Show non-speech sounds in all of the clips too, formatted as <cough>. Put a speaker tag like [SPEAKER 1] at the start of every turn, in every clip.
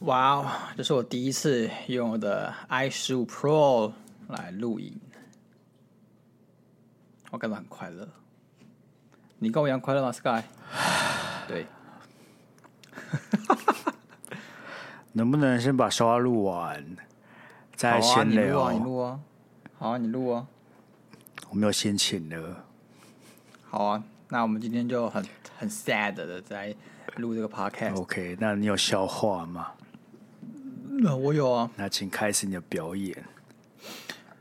[SPEAKER 1] 哇哦，这是我第一次用我的 i 十五 Pro 来录影，我感到很快乐。你跟我一样快乐吗，Sky？对，
[SPEAKER 2] 能不能先把烧话录完，再
[SPEAKER 1] 好啊，
[SPEAKER 2] 闲
[SPEAKER 1] 你
[SPEAKER 2] 聊？
[SPEAKER 1] 录啊，你录啊，好啊，你录啊，
[SPEAKER 2] 我没有心情了。
[SPEAKER 1] 好啊。那我们今天就很很 sad 的在录这个 podcast。
[SPEAKER 2] OK，那你有消化吗？
[SPEAKER 1] 那、我有啊，
[SPEAKER 2] 那请开始你的表演。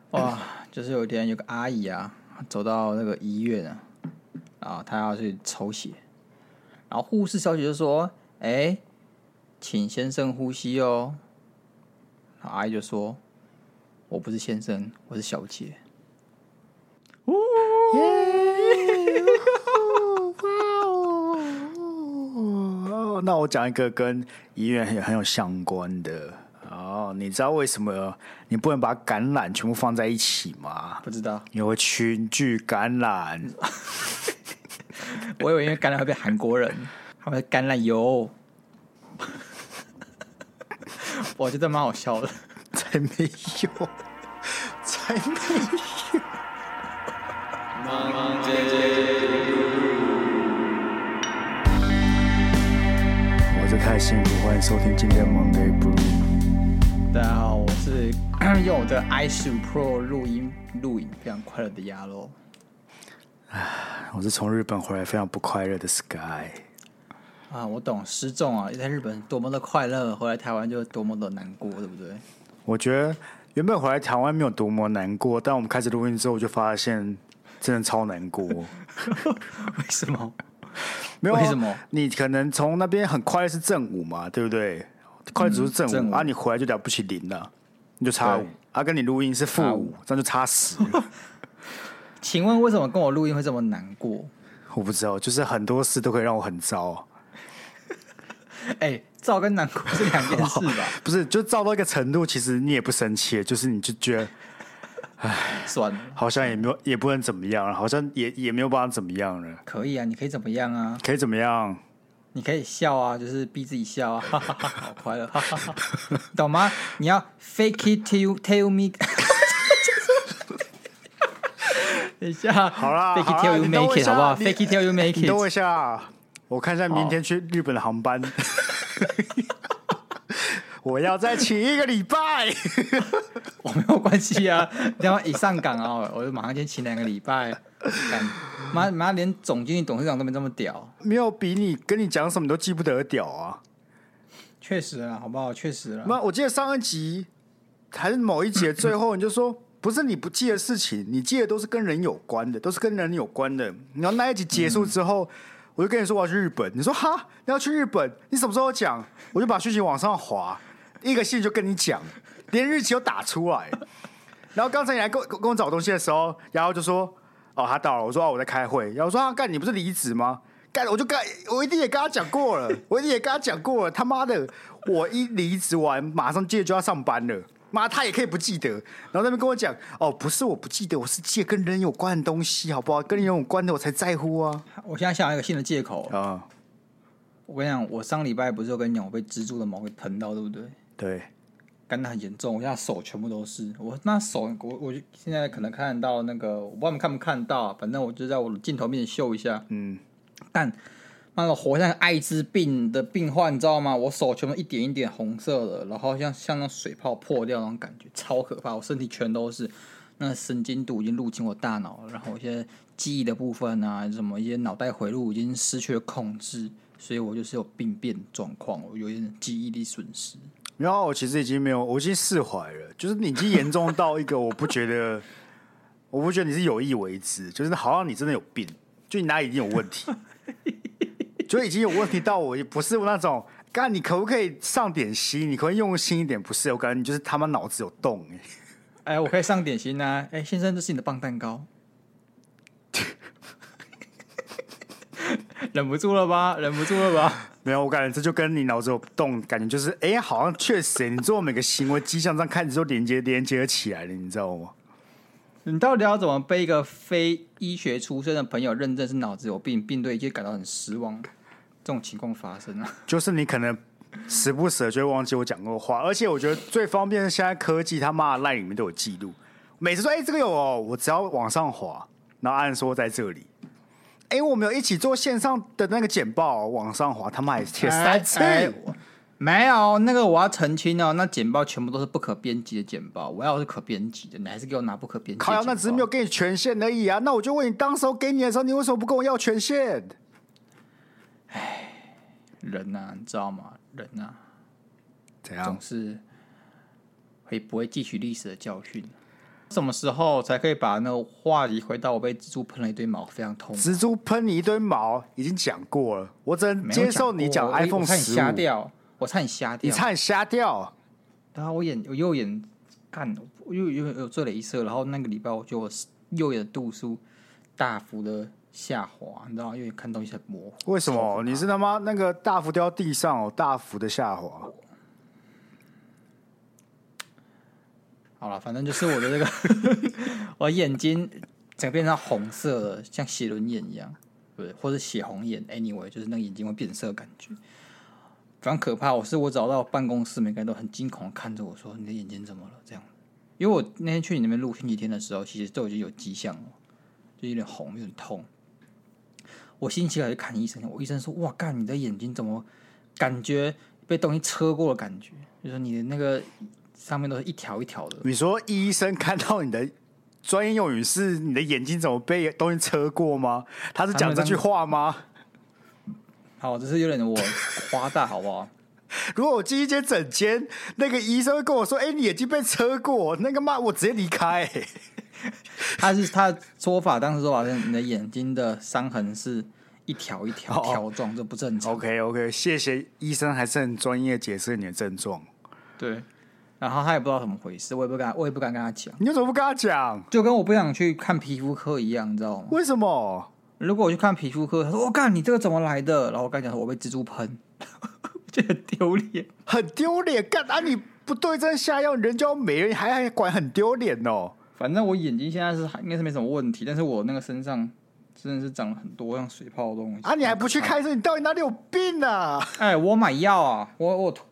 [SPEAKER 1] 哇，就是有一天有个阿姨啊，走到那个医院啊，啊，她要去抽血，然后护士小姐就说：“哎、请先生呼吸哦。”然后阿姨就说：“我不是先生，我是小姐。” <laughs>
[SPEAKER 2] 哦，那我讲一个跟医院很有很有相关的。哦，你知道为什么你不能把感染全部放在一起吗？
[SPEAKER 1] 不知道，
[SPEAKER 2] 因为会群聚感染。
[SPEAKER 1] 我以为因为感染会被韩国人，他们感染油， <laughs> 我觉得蛮好笑的。
[SPEAKER 2] 才没有，才没有。我是太幸福，欢迎收听今天的 Monday Blue。
[SPEAKER 1] 大家好，啊我是 <clears throat> 用我的 i 十五 Pro 录音录影非常快乐的鸭肉。
[SPEAKER 2] 我是从日本回来非常不快乐的 Sky。
[SPEAKER 1] 啊，我懂失重啊，在日本多么的快乐，回来台湾就多么的难过，对不
[SPEAKER 2] <laughs>
[SPEAKER 1] 对？
[SPEAKER 2] 我觉得原本回来台湾没有多么难过，但我们开始录音之后，我就发现真的超难过。
[SPEAKER 1] 为什么？
[SPEAKER 2] 没有啊、
[SPEAKER 1] 为什么
[SPEAKER 2] 你可能从那边很快乐是正五嘛，对不对？快乐指数是正五、
[SPEAKER 1] 嗯正五
[SPEAKER 2] 啊，你回来就了不起零了，你就差五
[SPEAKER 1] 对
[SPEAKER 2] 啊，跟你录音是负
[SPEAKER 1] 差
[SPEAKER 2] 五
[SPEAKER 1] 五，
[SPEAKER 2] 这样就差十。 <laughs>
[SPEAKER 1] 请问为什么跟我录音会这么难过？
[SPEAKER 2] 我不知道，就是很多事都可以让我很糟，
[SPEAKER 1] 哎、燥跟难过是两
[SPEAKER 2] <laughs>
[SPEAKER 1] 件事吧？
[SPEAKER 2] 不是就糟到一个程度，其实你也不生气，就是你就觉得
[SPEAKER 1] 算了，
[SPEAKER 2] 好像也没有也不能怎么样，好像也也没有办法怎么样了，
[SPEAKER 1] 可以啊，你可以怎么样啊？
[SPEAKER 2] 可以怎么样？
[SPEAKER 1] 你可以笑啊，就是逼自己笑啊， <laughs> 哈哈哈，好快乐，哈 <laughs> 哈哈，懂吗？你要 fake it till you tell me 。等一下，
[SPEAKER 2] 好啦，
[SPEAKER 1] <laughs> ，fake
[SPEAKER 2] 好
[SPEAKER 1] it
[SPEAKER 2] 啦
[SPEAKER 1] till you
[SPEAKER 2] 你等
[SPEAKER 1] make
[SPEAKER 2] 我一
[SPEAKER 1] it 好
[SPEAKER 2] 下
[SPEAKER 1] 不好
[SPEAKER 2] 你
[SPEAKER 1] ？fake it till you make
[SPEAKER 2] 你等我一
[SPEAKER 1] it。
[SPEAKER 2] 下，我看一下明天去日本的航班。
[SPEAKER 1] 哦
[SPEAKER 2] <laughs> 我要再请一个礼拜。
[SPEAKER 1] 我没有关系啊， <laughs> 然后一上岗啊，我就马上先请两个礼拜。干妈妈连总经理、董事长都没这么屌，
[SPEAKER 2] 没有比你跟你讲什么都记不得的屌啊！
[SPEAKER 1] 确实啊，好不好？确实啊，
[SPEAKER 2] 那我记得上一集还是某一节最后，你就说不是你不记得事情，你记得都是跟人有关的，都是跟人有关的。然后那一集结束之后，我就跟你说我要去日本，你说哈你要去日本，你什么时候讲？我就把讯息往上滑，一个信就跟你讲，连日期都打出来。然后刚才你来跟我跟我找东西的时候，然后就说哦他到了，我说哦我在开会，然后我说啊干你不是离职吗？干我就干我一定也跟他讲过了，我一定也跟他讲过了，他妈的我一离职完马上接着就要上班了。妈，他也可以不记得，然后在那边跟我讲，哦，不是我不记得，我是记得跟人有关的东西，好不好？跟人有关的我才在乎啊。
[SPEAKER 1] 我现在想到一个新的借口。
[SPEAKER 2] 啊、
[SPEAKER 1] 我跟你讲，我上礼拜不是有跟你讲我被蜘蛛的毛给疼到，对不对？
[SPEAKER 2] 对，
[SPEAKER 1] 干的很严重，我现在手全部都是。我那手，我我现在可能看得到那个，我不知道你们看不看到、啊，反正我就在我的镜头面前秀一下。
[SPEAKER 2] 嗯，
[SPEAKER 1] 但妈的，活像艾滋病的病患，你知道吗？我手全部一点一点红色的，然后像像那水泡破掉那种感觉，超可怕。我身体全都是，那神经毒已经入侵我大脑了，然后我现在记忆的部分啊，什么一些脑袋回路已经失去了控制，所以我就是有病变状况，我有点记忆力损失。
[SPEAKER 2] 然后我其实已经没有，我已经释怀了，就是你已经严重到一个我不觉得， <laughs> 我不觉得你是有意为之，就是好像你真的有病，就你哪里已经有问题，就已经有问题到我也不是那种，干你可不可以上点心，你可不可以用心一点？不是，我感觉你就是他妈脑子有洞哎、
[SPEAKER 1] 哎，我可以上点心啊！哎，先生，这是你的棒蛋糕。 <laughs> 忍不住了吧？忍不住了吧？
[SPEAKER 2] <laughs> 没有，我感觉这就跟你脑子有洞，感觉就是哎、好像确实、你做每个行为迹象上开始就连接连接起来了，你知道吗？
[SPEAKER 1] 你到底要怎么被一个非医学出身的朋友认证是脑子有病，并对一切感到很失望？这种情况发生啊，
[SPEAKER 2] 就是你可能时不时的就会忘记我讲过的话。而且我觉得最方便是现在科技他妈的 LINE 里面都有记录，每次说哎、这个有哦，我只要往上滑，然后按说在这里。哎、我们有一起做线上的那个简报、哦，往上滑，他妈也贴三次。
[SPEAKER 1] 哎哎没有那个我要澄清哦，那简报全部都是不可编辑的简报，我要的是可编辑的，你还是给我拿不可编辑的
[SPEAKER 2] 靠
[SPEAKER 1] 简
[SPEAKER 2] 呀
[SPEAKER 1] 报？，
[SPEAKER 2] 那只是没有给你权限而已啊！那我就问你，当时候给你的时候，你为什么不跟我要权限？
[SPEAKER 1] 人呐、你知道吗？人啊呐、
[SPEAKER 2] 怎
[SPEAKER 1] 总？是会不会汲取历史的教训？什么时候才可以把那个话题回到我被蜘蛛喷了一堆毛，非常痛苦？
[SPEAKER 2] 蜘蛛喷你一堆毛，已经讲过了，我只能
[SPEAKER 1] 没有
[SPEAKER 2] 接受你讲
[SPEAKER 1] 过我
[SPEAKER 2] iPhone
[SPEAKER 1] 我差点
[SPEAKER 2] 十
[SPEAKER 1] 瞎
[SPEAKER 2] 五，
[SPEAKER 1] 掉，我差点瞎
[SPEAKER 2] 你
[SPEAKER 1] 掉。
[SPEAKER 2] 差点瞎掉。
[SPEAKER 1] 然后我眼我右眼干，我又又有做镭射，然后那个礼拜我觉得我右眼的度数大幅的下滑，你知道吗？右眼看东西很模糊。
[SPEAKER 2] 为什么？你是他妈那个大幅掉地上哦，大幅的下滑。
[SPEAKER 1] 好了，反正就是我的这个， <laughs> 我眼睛整个变成红色的，像血轮眼一样，对，或者血红眼，anyway，就是那个眼睛会变色的感觉，非常可怕。我是我找到办公室，每个人都很惊恐地看着我说：“你的眼睛怎么了？”这样子，因为我那天去你那边录星期天的时候，其实都已经有迹象了，就有点红，有点痛。我星期二去看医生，我医生说：“哇，干，你的眼睛怎么感觉被东西车过的感觉？就是你的那个上面都是一条一条的。”
[SPEAKER 2] 你说医生看到你的专业用语是你的眼睛怎么被东西车过吗？他是讲这句话吗？
[SPEAKER 1] 好，这是有点我夸大，好不
[SPEAKER 2] <laughs>
[SPEAKER 1] 好？
[SPEAKER 2] 如果我进一间诊间，那个医生会跟我说：“哎、你眼睛被车过。”那个妈，我直接离开、 <laughs>
[SPEAKER 1] 他是他的说法，当时说法是你的眼睛的伤痕是一条一条条状，这不正常。
[SPEAKER 2] 哦 OK <laughs> OK，谢谢医生，还是很专业解释你的症状。
[SPEAKER 1] 对，然后他也不知道怎么回事，我也不敢，我也不敢跟他讲，
[SPEAKER 2] 你怎么不跟他讲？
[SPEAKER 1] 就跟我不想去看皮肤科一样，你知道吗？
[SPEAKER 2] 为什么？
[SPEAKER 1] 如果我去看皮肤科，他说我干、你这个怎么来的？然后我跟他讲说我被蜘蛛喷， <laughs> 我觉得很丢脸。
[SPEAKER 2] 很丢脸！干啊，你不对症下药，人就要没了，你还还管很丢脸哦。
[SPEAKER 1] 反正我眼睛现在是还应该是没什么问题，但是我那个身上真的是长了很多像水泡的东西。
[SPEAKER 2] 啊，你
[SPEAKER 1] <laughs>
[SPEAKER 2] 还不去看医生，你到底哪里有病啊？
[SPEAKER 1] 哎、我买药啊，我我有涂。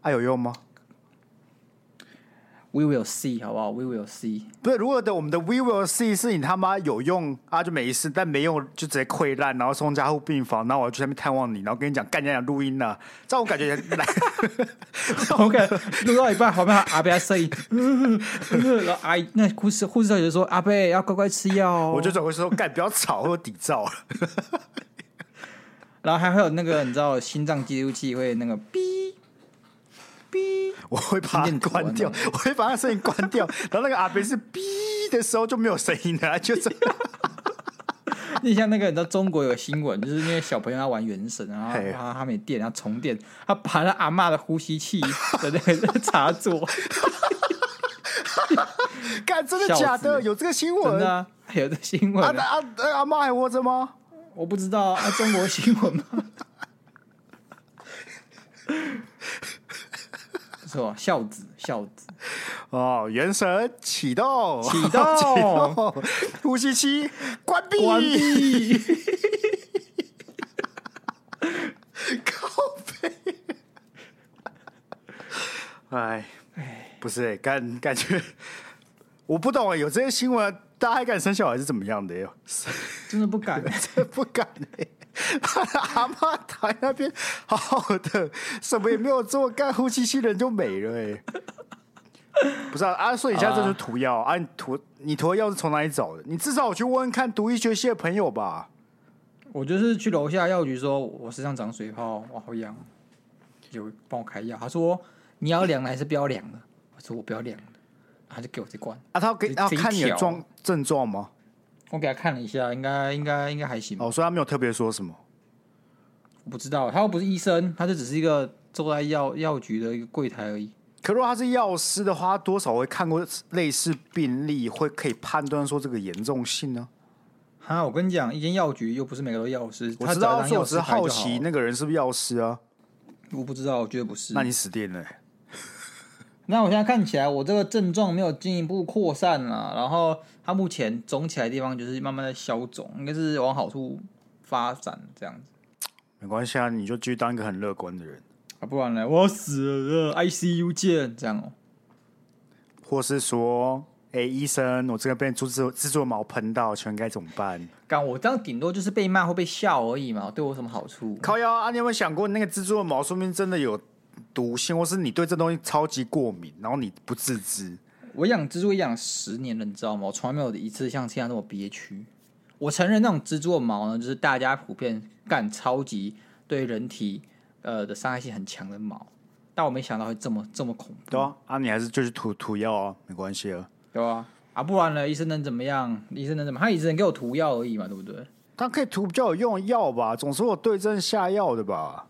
[SPEAKER 2] 啊，有用吗？
[SPEAKER 1] We will see，好不好？We will see。
[SPEAKER 2] 不是，如果的我们的 We Will See 是你他妈有用啊，就没事；但没用就直接溃烂，然后送加护病房，然后我去那边探望你，然后跟你讲干讲讲录音呢、啊，这样我感觉
[SPEAKER 1] <laughs>
[SPEAKER 2] 也来
[SPEAKER 1] <laughs> OK，录到一半，旁边还 <laughs> 阿贝在声音，然后阿姨那护士护士小姐就说：“阿贝要乖乖吃药哦。”
[SPEAKER 2] 我就转过去说干，不要吵，会有底噪了。
[SPEAKER 1] 然后还会有那个你知道心脏记录器会那个哔哔，
[SPEAKER 2] 我会把它关掉
[SPEAKER 1] 听，
[SPEAKER 2] 我会把它声音关
[SPEAKER 1] <laughs>
[SPEAKER 2] 掉。然后那个阿伯是哔的时候就没有声音了，
[SPEAKER 1] <laughs>
[SPEAKER 2] 就是
[SPEAKER 1] 你像那个你知道中国有个新闻，就是那些小朋友要玩原神，然后
[SPEAKER 2] 嘿
[SPEAKER 1] 他他没电，然后充电，他把那阿嬷的呼吸器的那个 <laughs> 插
[SPEAKER 2] <laughs>
[SPEAKER 1] 座，
[SPEAKER 2] 干，真的
[SPEAKER 1] 笑
[SPEAKER 2] 假的？
[SPEAKER 1] 死
[SPEAKER 2] 有这个新
[SPEAKER 1] 真
[SPEAKER 2] 闻
[SPEAKER 1] 的？啊、有的新闻
[SPEAKER 2] 阿
[SPEAKER 1] 啊、
[SPEAKER 2] 阿阿呃阿妈还活着吗？
[SPEAKER 1] 我不知道啊，中国新闻吗？不错，孝子，孝子，
[SPEAKER 2] 哦，原神 <laughs> 启动，
[SPEAKER 1] 启动
[SPEAKER 2] 动，呼吸器关闭，
[SPEAKER 1] 关闭。
[SPEAKER 2] 靠背。哎，不是、欸，感感觉我不懂、欸，有这些新闻，大家还敢生小孩是怎么样的哟？
[SPEAKER 1] 真的不敢。
[SPEAKER 2] 真不敢、欸。 <laughs> 他的阿妈躺在那边，好好的，什么也没有做，干呼吸器人就没了、欸。不是啊，啊，所以你现在这就是涂药啊？你涂你涂的药是从哪里找的？你至少我去问问看读医学系的朋友吧。
[SPEAKER 1] 我就是去楼下药局说，我身上长水泡，我好痒，有帮我开药。他说你要凉的还是不要凉的？我说我不要凉的，他就给我这罐。
[SPEAKER 2] 啊，他要给
[SPEAKER 1] 这
[SPEAKER 2] 他要
[SPEAKER 1] 这一
[SPEAKER 2] 看你的
[SPEAKER 1] 条
[SPEAKER 2] 状症状吗？
[SPEAKER 1] 我给他看了一下，应该应该应该还行吧，
[SPEAKER 2] 哦，所以他没有特别说什么。
[SPEAKER 1] 我不知道。他又不是医生，他就只是一个坐在药药局的一个柜台而已。
[SPEAKER 2] 可如果他是药师的话，他多少会看过类似病例，会可以判断说这个严重性呢？
[SPEAKER 1] 哈，我跟你讲，一间药局又不是每个都药师，
[SPEAKER 2] 我
[SPEAKER 1] 他
[SPEAKER 2] 知
[SPEAKER 1] 找一
[SPEAKER 2] 道，
[SPEAKER 1] 张
[SPEAKER 2] 所以
[SPEAKER 1] 药
[SPEAKER 2] 我只
[SPEAKER 1] 师
[SPEAKER 2] 是
[SPEAKER 1] 牌就
[SPEAKER 2] 好
[SPEAKER 1] 好
[SPEAKER 2] 奇
[SPEAKER 1] 了。
[SPEAKER 2] 那个人是不是药师啊？
[SPEAKER 1] 我不知道，我觉得不是。
[SPEAKER 2] 那你死定了欸、
[SPEAKER 1] 那我现在看起来，我这个症状没有进一步扩散了，然后它目前肿起来的地方就是慢慢在消肿，应该是往好处发展这样子。
[SPEAKER 2] 没关系啊，你就继续当一个很乐观的人。
[SPEAKER 1] 啊，不然呢？我要死了，ICU 见，这样哦、
[SPEAKER 2] 或是说，哎、医生，我这个被蜘蛛蜘蛛毛喷到，请问该怎么办？
[SPEAKER 1] 干我这样顶多就是被骂或被笑而已嘛，对我有什么好处？
[SPEAKER 2] 靠腰啊，你有没有想过，那个蜘蛛的毛说明真的有毒性，或是你对这东西超级过敏，然后你不自知？
[SPEAKER 1] 我养蜘蛛也养了十年了，你知道吗？我从来没有一次像现在那么憋屈。我承认那种蜘蛛的毛呢，就是大家普遍干超级对人体呃的伤害性很强的毛，但我没想到会这么这么恐怖，
[SPEAKER 2] 对啊，啊，你还是就去涂涂药啊，没关系啊。
[SPEAKER 1] 对吧、啊？不然呢？医生能怎么样？医生能怎么？他也只能给我涂药而已嘛，对不对？
[SPEAKER 2] 但可以涂比较有用的药吧，总是有对症下药的吧？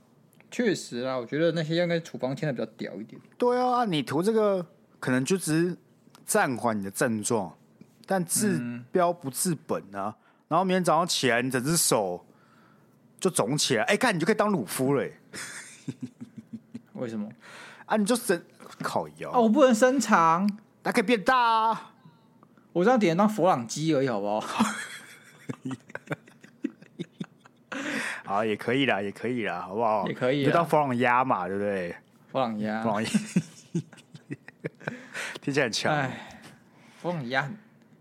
[SPEAKER 1] 确实啊，我觉得那些应该处方签的比较屌一点。
[SPEAKER 2] 对啊，啊你涂这个可能就只是暂缓你的症状，但治标不治本啊。然后明天早上起来，你整只手就肿起来，哎、看你就可以当鲁夫了、欸，
[SPEAKER 1] 为什么？
[SPEAKER 2] 啊，你就整烤
[SPEAKER 1] 啊，
[SPEAKER 2] 腰，
[SPEAKER 1] 我不能伸长，
[SPEAKER 2] 它、可以变大啊。
[SPEAKER 1] 我这样点当佛朗机而已，好不好？
[SPEAKER 2] 啊，也可以啦，也可以啦，好不好？
[SPEAKER 1] 也可以啊
[SPEAKER 2] 你就当弗朗鸭嘛，对不对？
[SPEAKER 1] 佛朗啊鸭
[SPEAKER 2] 弗，朗鸭 <laughs> 听起来很强，
[SPEAKER 1] 哎，佛朗鸭很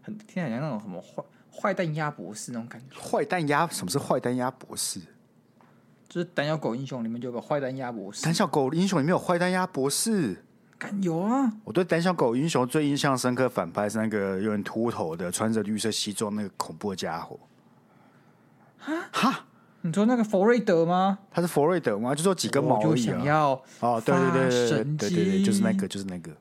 [SPEAKER 1] 很听起来像那种什么坏坏蛋鸭博士那种感觉，
[SPEAKER 2] 坏蛋鸭。什么是坏蛋鸭博士？
[SPEAKER 1] 就是《胆小狗英雄》里面就有个坏蛋鸭博士
[SPEAKER 2] 胆，小狗英雄里面有坏蛋鸭博士。
[SPEAKER 1] 敢有啊？
[SPEAKER 2] 我对胆小狗英雄最印象深刻反派是那个有点秃头的，穿着绿色西装那个恐怖的家伙。哈，
[SPEAKER 1] 你说那个佛瑞德吗？
[SPEAKER 2] 他是佛瑞德吗？就做几根毛
[SPEAKER 1] 我
[SPEAKER 2] 而
[SPEAKER 1] 就
[SPEAKER 2] 已
[SPEAKER 1] 想
[SPEAKER 2] 啊。
[SPEAKER 1] 要
[SPEAKER 2] 哦，对对
[SPEAKER 1] 发
[SPEAKER 2] 对对
[SPEAKER 1] 神
[SPEAKER 2] 对对对，就是那
[SPEAKER 1] 经
[SPEAKER 2] 个，就是那个。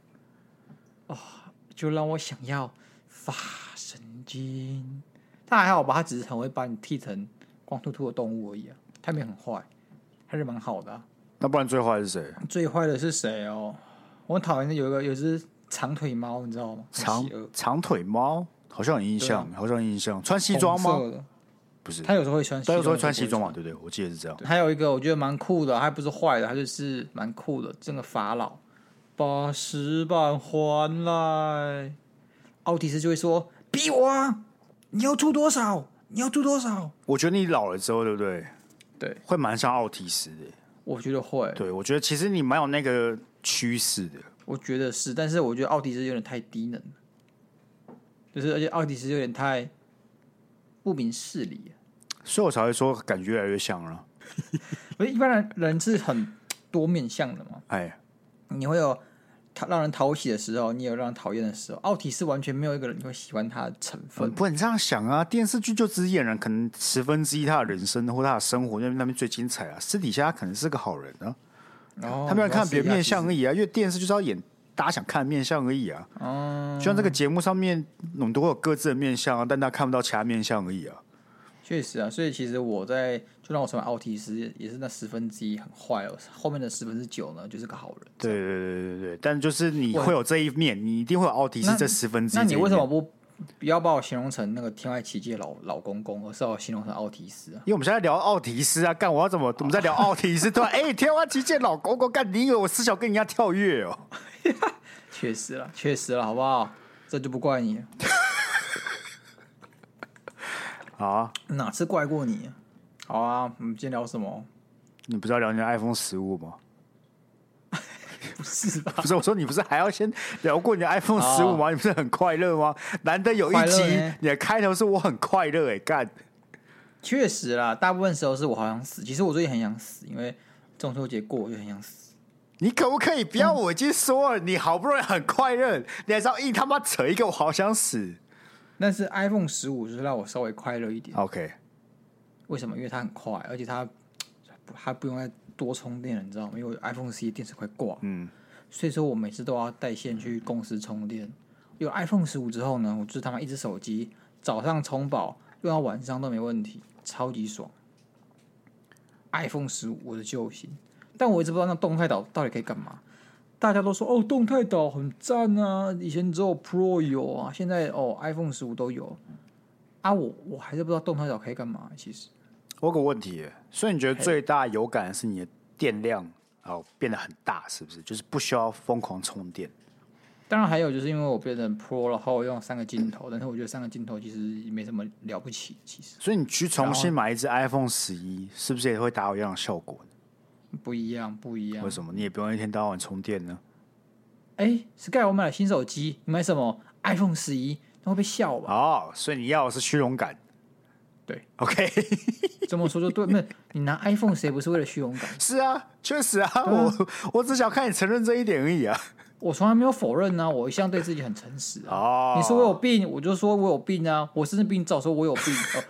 [SPEAKER 1] 就让我想要发神经。但还好吧，他只是很会把你剃成光秃秃的动物而已啊，他没有很坏，还是蛮好的啊、
[SPEAKER 2] 那不然最坏是谁？
[SPEAKER 1] 最坏的是谁哦？我很讨厌的有一个有一只长腿猫，你知道吗？很
[SPEAKER 2] 长
[SPEAKER 1] 邪恶
[SPEAKER 2] 长腿猫，好像有印象，好像有印象。穿西
[SPEAKER 1] 啊红
[SPEAKER 2] 装吗？
[SPEAKER 1] 色的，
[SPEAKER 2] 不是，
[SPEAKER 1] 他有时候会穿西
[SPEAKER 2] 他
[SPEAKER 1] 装，
[SPEAKER 2] 有时候穿西装
[SPEAKER 1] 有时候
[SPEAKER 2] 嘛，对不对？我记得是这样
[SPEAKER 1] 不会。穿。还有一个我觉得蛮酷的，它不是坏的，它就是蛮酷的，这个法老把石板还来。奥提斯就会说：“逼我啊！你要出多少？你要出多少
[SPEAKER 2] 我觉得你老了之后，对不对？？”
[SPEAKER 1] 对，
[SPEAKER 2] 会蛮像奥提斯的。
[SPEAKER 1] 我觉得会，
[SPEAKER 2] 对，我觉得其实你蛮有那个趋势的。
[SPEAKER 1] 我觉得是，但是我觉得奥迪斯有点太低能了，就是而且奥迪斯有点太不明事理了。
[SPEAKER 2] 所以我才会说感觉越来越像啊了。
[SPEAKER 1] 不是一般人人是很多面向的嘛，
[SPEAKER 2] 哎，
[SPEAKER 1] 你会有讨让人讨喜的时候，你也有让人讨厌的时候。奥迪斯完全没有一个人会喜欢他的成分，
[SPEAKER 2] 不能这样想啊！电视剧就只演了可能十分之一他的人生或他的生活，那边那边最精彩啊。私底下他可能是个好人啊，
[SPEAKER 1] 然后
[SPEAKER 2] 他们要看别人面相
[SPEAKER 1] 相。
[SPEAKER 2] 而已啊。因为电视就是要演大家想看的面相而已啊。
[SPEAKER 1] 嗯，
[SPEAKER 2] 就像这个节目上面，我们都会有各自的面相啊，但他看不到其他面相而已啊。
[SPEAKER 1] 确实啊，所以其实我在就让我成为奥迪斯，也是那十分之一很坏哦，后面的十分之九呢就是个好人。
[SPEAKER 2] 对对对对对对，但就是你会有这一面，你一定会有奥迪斯
[SPEAKER 1] 那
[SPEAKER 2] 这十分之一
[SPEAKER 1] 那
[SPEAKER 2] 这一面。
[SPEAKER 1] 你为什么不不要把我形容成那个天外奇迹的老老公公，而是要我形容成奥提斯啊？
[SPEAKER 2] 因为我们现在聊奥提斯啊，干我要怎么？我们在聊奥提斯，对吧？ <laughs> 哎、天花奇剑老公公，干你以为我思想跟人家跳跃哦？
[SPEAKER 1] 确实了，确实了，好不好？这就不怪你，
[SPEAKER 2] 好啊，
[SPEAKER 1] 哪次怪过你？好啊，我们今天聊什么？
[SPEAKER 2] 你不是要聊人家 iPhone 十五吗？
[SPEAKER 1] 不是吧？
[SPEAKER 2] 不是，我说你不是还要先聊过你的 iPhone 十五吗？你不是很快乐吗？难得有一
[SPEAKER 1] 快乐
[SPEAKER 2] 集
[SPEAKER 1] 欸
[SPEAKER 2] 你的开头是我很快乐、哎，干
[SPEAKER 1] 确实啦，大部分时候是我好想死。其实我最近很想死，因为中秋节过我就很想死。
[SPEAKER 2] 你可不可以不要？我已经说了，你好不容易很快乐，你还是要硬他妈扯一个我好想死。
[SPEAKER 1] 但是 iPhone 十五就是让我稍微快乐一点。
[SPEAKER 2] OK，
[SPEAKER 1] 为什么？因为它很快，而且它它不用再多充电了，你知道吗？因为我 iPhone 十一电池快挂，
[SPEAKER 2] 嗯，
[SPEAKER 1] 所以说我每次都要带线去公司充电。有 iPhone 十五之后呢，我就是他妈一只手机，早上充饱，用到晚上都没问题，超级爽。iPhone 十五我的救星，但我一直不知道那动态岛到底可以干嘛。大家都说哦，动态岛很赞啊，以前只有 Pro 有啊，现在哦 iPhone 十五都有啊，我我还是不知道动态岛可以干嘛。其实
[SPEAKER 2] 我有个问题耶，所以你觉得最大有感的是你的电量哦变得很大，是不是？就是不需要疯狂充电。
[SPEAKER 1] 当然还有就是因为我变成 Pro 了后，我用三个镜头，但是我觉得三个镜头其实也没什么了不起。其实
[SPEAKER 2] 所以你去重新买一只 iPhone 十一，是不是也会达到一样的效果呢？
[SPEAKER 1] 不一样，不一样
[SPEAKER 2] 为。什么你也不用一天到晚充电呢？
[SPEAKER 1] 哎、s k y 我买了新手机，你买什么？iPhone 十一，那会被笑吧？
[SPEAKER 2] 哦，所以你要的是虚荣感。
[SPEAKER 1] 对
[SPEAKER 2] ，OK， <laughs>
[SPEAKER 1] 这么说就对，没有你拿 iPhone 谁不是为了虚荣感？
[SPEAKER 2] 是啊，确实啊，我我只想看你承认这一点而已啊。
[SPEAKER 1] 我从来没有否认呢、我一向对自己很诚实啊。
[SPEAKER 2] 哦，
[SPEAKER 1] 你说我有病，我就说我有病啊。我生病早说我有病，哦、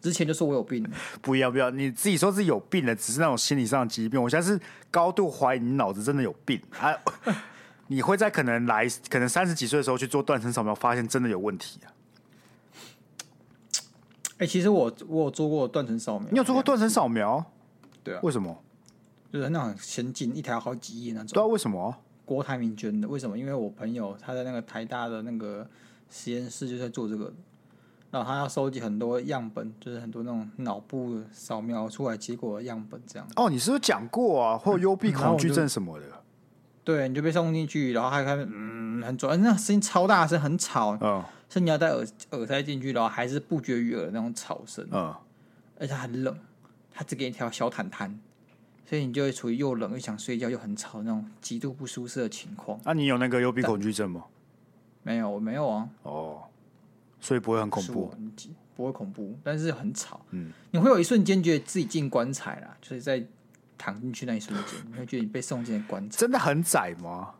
[SPEAKER 1] 之前就说我有病了，
[SPEAKER 2] 不要不要，你自己说自己有病了，只是那种心理上的疾病。我现在是高度怀疑你脑子真的有病啊！ <laughs> 你会在可能来可能三十几岁的时候去做断层扫描，发现真的有问题啊！
[SPEAKER 1] 哎、其实我我有做过断层扫描，
[SPEAKER 2] 你有做过断层扫描？
[SPEAKER 1] 对啊
[SPEAKER 2] 为什么？
[SPEAKER 1] 就是那种先进一台好几亿那种
[SPEAKER 2] 对，啊，为什么？
[SPEAKER 1] 国台民捐的。为什么？因为我朋友他在那个台大的那个实验室就在做这个，然后他要收集很多样本，就是很多那种脑部扫描出来结果的样本这样。
[SPEAKER 2] 哦，你是不是讲过啊？或幽闭恐惧症什么的？
[SPEAKER 1] 对，你就被送进去，然后还看，嗯，很准，那声音超大声，很吵，
[SPEAKER 2] 嗯
[SPEAKER 1] 甚至你要戴耳耳塞进去，然后还是不绝于耳的那种吵声，
[SPEAKER 2] 嗯，
[SPEAKER 1] 而且它很冷，它只给你一条小毯毯，所以你就会处于又冷又想睡觉又很吵那种极度不舒适的情况。
[SPEAKER 2] 那、啊你有那个幽闭恐惧症吗？
[SPEAKER 1] 没有，我没有啊，
[SPEAKER 2] 哦，所以不会很恐
[SPEAKER 1] 是
[SPEAKER 2] 怖
[SPEAKER 1] 我，你记不会恐怖，但是很吵。
[SPEAKER 2] 嗯，
[SPEAKER 1] 你会有一瞬间觉得自己进棺材啦，就是在躺进去那一瞬间，你会觉得你被送进棺材，
[SPEAKER 2] 真的很窄吗？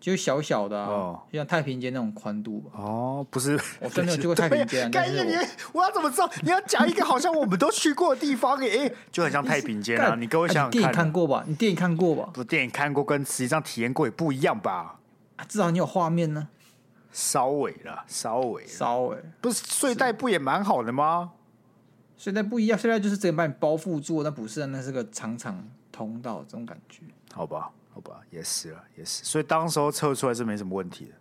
[SPEAKER 1] 就是小小的、啊，
[SPEAKER 2] 哦
[SPEAKER 1] 就像太平间那种宽度吧。
[SPEAKER 2] 哦，不是， <laughs>
[SPEAKER 1] 我真的有去过太平间
[SPEAKER 2] 对啊
[SPEAKER 1] 但
[SPEAKER 2] 干
[SPEAKER 1] 是
[SPEAKER 2] 你
[SPEAKER 1] 我
[SPEAKER 2] 我要怎么知道？你要讲一个好像我们都去过的地方诶、哎就很像太平间啊！
[SPEAKER 1] 干
[SPEAKER 2] 你各位
[SPEAKER 1] 啊
[SPEAKER 2] 想
[SPEAKER 1] 电
[SPEAKER 2] 想
[SPEAKER 1] 影看
[SPEAKER 2] 看，
[SPEAKER 1] 过吧？你电影看过吧？
[SPEAKER 2] 不电影看过跟实际上体验过也不一样吧？
[SPEAKER 1] 啊，至少你有画面呢，欸
[SPEAKER 2] 稍微啦，稍微啦，
[SPEAKER 1] 稍微。
[SPEAKER 2] 不是睡袋不也蛮好的吗？
[SPEAKER 1] 睡袋不一样，睡袋就是直接把你包覆住，那不是啊，那是个长长通道，这种感觉。
[SPEAKER 2] 好吧，好吧，也是了，也是。所以当时候测出来是没什么问题的。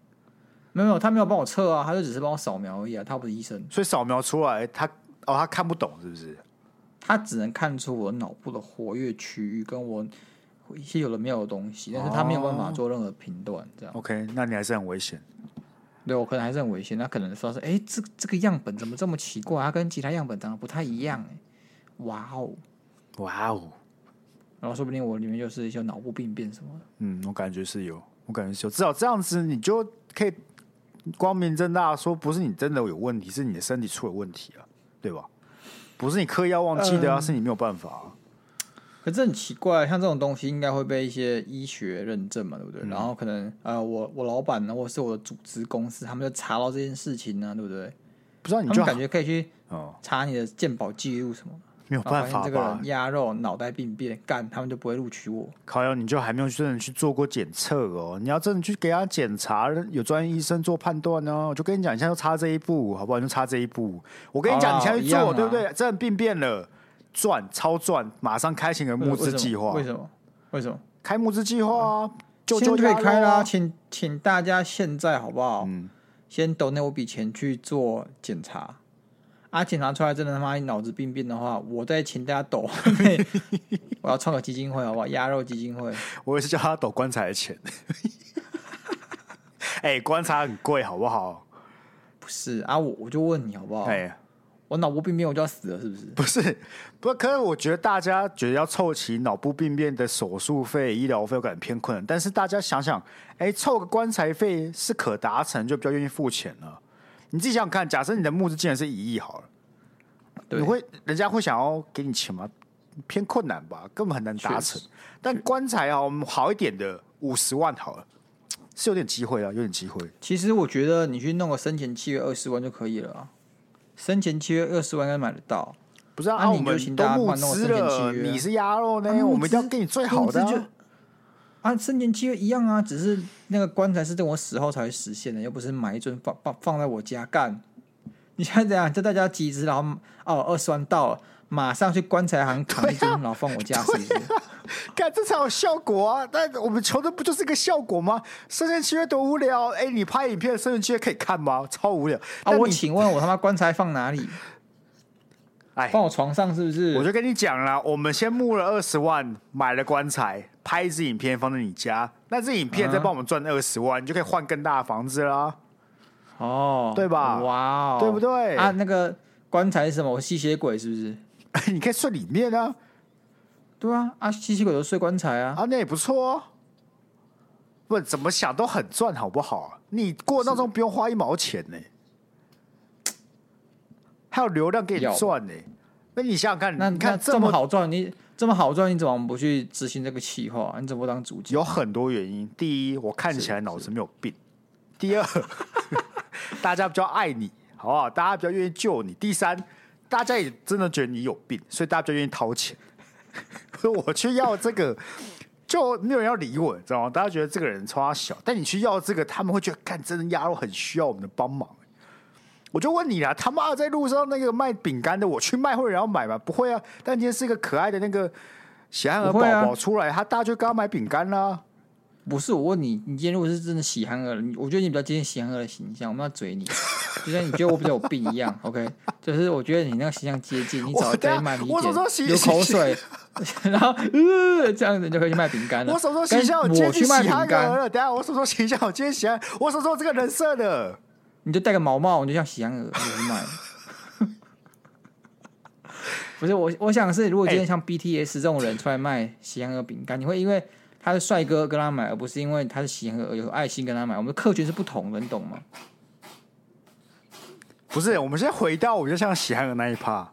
[SPEAKER 1] 没有，没有，他没有帮我测啊，他就只是帮我扫描而已啊，他不是医生，
[SPEAKER 2] 所以扫描出来，他哦，他看不懂是不是？
[SPEAKER 1] 他只能看出我脑部的活跃区域跟我一些有的没有的东西，但是他没有办法做任何评断，这样。
[SPEAKER 2] OK，那你还是很危险。
[SPEAKER 1] 对我可能还是很危险，他可能说是，哎，这这个样本怎么这么奇怪、它跟其他样本长得不太一样、哎，哇哦！
[SPEAKER 2] 哇哦，
[SPEAKER 1] 然后说不定我里面就是一些脑部病变什么的。
[SPEAKER 2] 嗯，我感觉是有，我感觉是有。至少这样子，你就可以光明正大地说，不是你真的有问题，是你的身体出了问题啊，对吧？不是你刻意要忘记的
[SPEAKER 1] 嗯
[SPEAKER 2] 啊，是你没有办法、啊。
[SPEAKER 1] 可是很奇怪，像这种东西应该会被一些医学认证嘛，对不对？然后可能呃，我我老板呢，或者是我的组织公司，他们就查到这件事情呢、对不对？
[SPEAKER 2] 不知道
[SPEAKER 1] 他
[SPEAKER 2] 你
[SPEAKER 1] 们
[SPEAKER 2] 就
[SPEAKER 1] 感觉可以去
[SPEAKER 2] 哦，
[SPEAKER 1] 查你的健保记录什么的，
[SPEAKER 2] 没有
[SPEAKER 1] 然后
[SPEAKER 2] 办
[SPEAKER 1] 啊发现
[SPEAKER 2] 法
[SPEAKER 1] 这个
[SPEAKER 2] 吧
[SPEAKER 1] 人？鸭肉脑袋病变，干他们就不会录取我。
[SPEAKER 2] 考友，你就还没有真的去做过检测哦，你要真的去给他检查，有专业医生做判断呢、我就跟你讲，你现在就差这一步，好不好？你就差这一步。我跟你讲，
[SPEAKER 1] 哦
[SPEAKER 2] 你现在去
[SPEAKER 1] 一样
[SPEAKER 2] 做，
[SPEAKER 1] 啊
[SPEAKER 2] 对不对？真的病变了，赚超赚，马上开启你的募资计划
[SPEAKER 1] 为，什么？为什么？
[SPEAKER 2] 开募资计划啊，就
[SPEAKER 1] 现在
[SPEAKER 2] 就
[SPEAKER 1] 就可以嗯开
[SPEAKER 2] 啦、
[SPEAKER 1] 啦，请请大家现在好不好？嗯，先 donate 我笔钱去做检查，啊，检查出来真的他妈脑子病变的话，我再请大家
[SPEAKER 2] <laughs>
[SPEAKER 1] 抖，我要创个基金会好不好？鸭肉基金会，
[SPEAKER 2] 我也是叫他抖棺材的钱。 <laughs> 哎、棺材很贵，好不好？
[SPEAKER 1] 不是啊，我我就问你好不好？
[SPEAKER 2] 哎、
[SPEAKER 1] 我脑部病变我就要死了是不是？
[SPEAKER 2] 不是，不，可是我觉得大家觉得要凑齐脑部病变的手术费、医疗费，我感觉偏困难。但是大家想想，哎，凑个棺材费是可达成，就比较愿意付钱了。你自己想想看，假设你的募资竟然是一亿好了，
[SPEAKER 1] 对
[SPEAKER 2] 你会人家会想要给你钱吗？偏困难吧，根本很难达成
[SPEAKER 1] 确。
[SPEAKER 2] 但棺材啊，我们好一点的五十万好了，是有点机会啊，有点机会。
[SPEAKER 1] 其实我觉得你去弄个生前契约二十万就可以了啊，生前契约二十万应该买得到。
[SPEAKER 2] 不是啊，
[SPEAKER 1] 那
[SPEAKER 2] 啊
[SPEAKER 1] 你
[SPEAKER 2] 我
[SPEAKER 1] 就请
[SPEAKER 2] 们
[SPEAKER 1] 大
[SPEAKER 2] 都
[SPEAKER 1] 家
[SPEAKER 2] 募
[SPEAKER 1] 帮我
[SPEAKER 2] 资
[SPEAKER 1] 申请
[SPEAKER 2] 了，
[SPEAKER 1] 契约啊
[SPEAKER 2] 你是鸭肉呢，
[SPEAKER 1] 啊
[SPEAKER 2] 我们一
[SPEAKER 1] 募
[SPEAKER 2] 定要
[SPEAKER 1] 资
[SPEAKER 2] 给你最好的啊、
[SPEAKER 1] 募资就啊，生前契约一样啊，只是那个棺材是等我死后才会实现的，又不是买一尊放放放在我家干。 <laughs> 你现在怎样？叫大家集资，然后哦，二十万到了，马上去棺材行扛一尊，然后放我
[SPEAKER 2] 啊
[SPEAKER 1] 家，是不是？
[SPEAKER 2] 看这才有效果啊！但我们求的不就是一个效果吗？生前契约多无聊！哎、你拍影片的生前契约可以看吗？超无聊！
[SPEAKER 1] 啊，
[SPEAKER 2] 但
[SPEAKER 1] 我
[SPEAKER 2] 你
[SPEAKER 1] 请问我他妈棺材放哪里？
[SPEAKER 2] 哎
[SPEAKER 1] 放我床上是不是？
[SPEAKER 2] 我就跟你讲啦，我们先募了二十万，买了棺材，拍一支影片放在你家，那支影
[SPEAKER 1] 啊
[SPEAKER 2] 片再帮我们赚二十万，你就可以换更大的房子啦。 <laughs>
[SPEAKER 1] 哦，
[SPEAKER 2] 对吧
[SPEAKER 1] 哇哦，
[SPEAKER 2] 对不对
[SPEAKER 1] 啊，那个棺材是什么？我吸血鬼是不是？
[SPEAKER 2] 你可以睡里面啊，
[SPEAKER 1] 对啊，啊，吸血鬼就睡棺材啊，
[SPEAKER 2] 啊，那也不错哦。不，怎么想都很赚，好不好、啊你过闹钟不用花一毛钱呢、还有流量给
[SPEAKER 1] 要
[SPEAKER 2] 你赚呢、那你想想看，
[SPEAKER 1] 那
[SPEAKER 2] 你
[SPEAKER 1] 那
[SPEAKER 2] 看
[SPEAKER 1] 这
[SPEAKER 2] 么
[SPEAKER 1] 么好赚，你这么好赚，你怎么不去执行这个企划？你怎么不当主角？
[SPEAKER 2] 有很多原因。第一，我看起来脑子没有病；第二， <laughs> 大家比较爱你，好不好？大家比较愿意救你；第三，大家也真的觉得你有病，所以大家比较愿意掏钱。 <laughs> 我去要这个，就没有人要理我，你知道吗？大家觉得这个人超小，但你去要这个，他们会觉得，干，真的鸭肉很需要我们的帮忙。我就问你啦，他妈的在路上那个卖饼干的，我去卖会有人要买吗？不会啊。但今天是一个可爱的那个喜憨儿
[SPEAKER 1] 不
[SPEAKER 2] 宝
[SPEAKER 1] 会啊
[SPEAKER 2] 宝出来，他大家就刚买饼干啦。
[SPEAKER 1] 不是我问你，你今天如果是真的喜憨儿，你我觉得你比较接近喜憨儿的形象，我们要嘴你，就像你觉得我比较有病一样 <laughs> ，OK？就是我觉得你那个形象接近，你只要
[SPEAKER 2] 我等
[SPEAKER 1] 再
[SPEAKER 2] 下
[SPEAKER 1] 慢一
[SPEAKER 2] 我什么时候喜
[SPEAKER 1] 点，流口水， <laughs> 然后呃这样子你就可以去卖饼干了。
[SPEAKER 2] 我什么时候
[SPEAKER 1] 跟
[SPEAKER 2] 形象有接
[SPEAKER 1] 我
[SPEAKER 2] 近
[SPEAKER 1] 去
[SPEAKER 2] 喜
[SPEAKER 1] 卖饼
[SPEAKER 2] 憨儿
[SPEAKER 1] 干，
[SPEAKER 2] 了？等一下我什么时候形象有接近喜憨？我什么时候这个人设的？
[SPEAKER 1] 你就戴个毛帽，你就像喜憨儿，你就去卖。 <laughs> 不是我，我想是，如果今天
[SPEAKER 2] 哎
[SPEAKER 1] 像 BTS 这种人出来卖喜憨儿饼干，你会因为他是帅哥跟他买，而不是因为他是喜憨儿有爱心跟他买。我们的客群是不同的，你懂吗？
[SPEAKER 2] 不是，我们先回到我就像喜憨儿那一趴。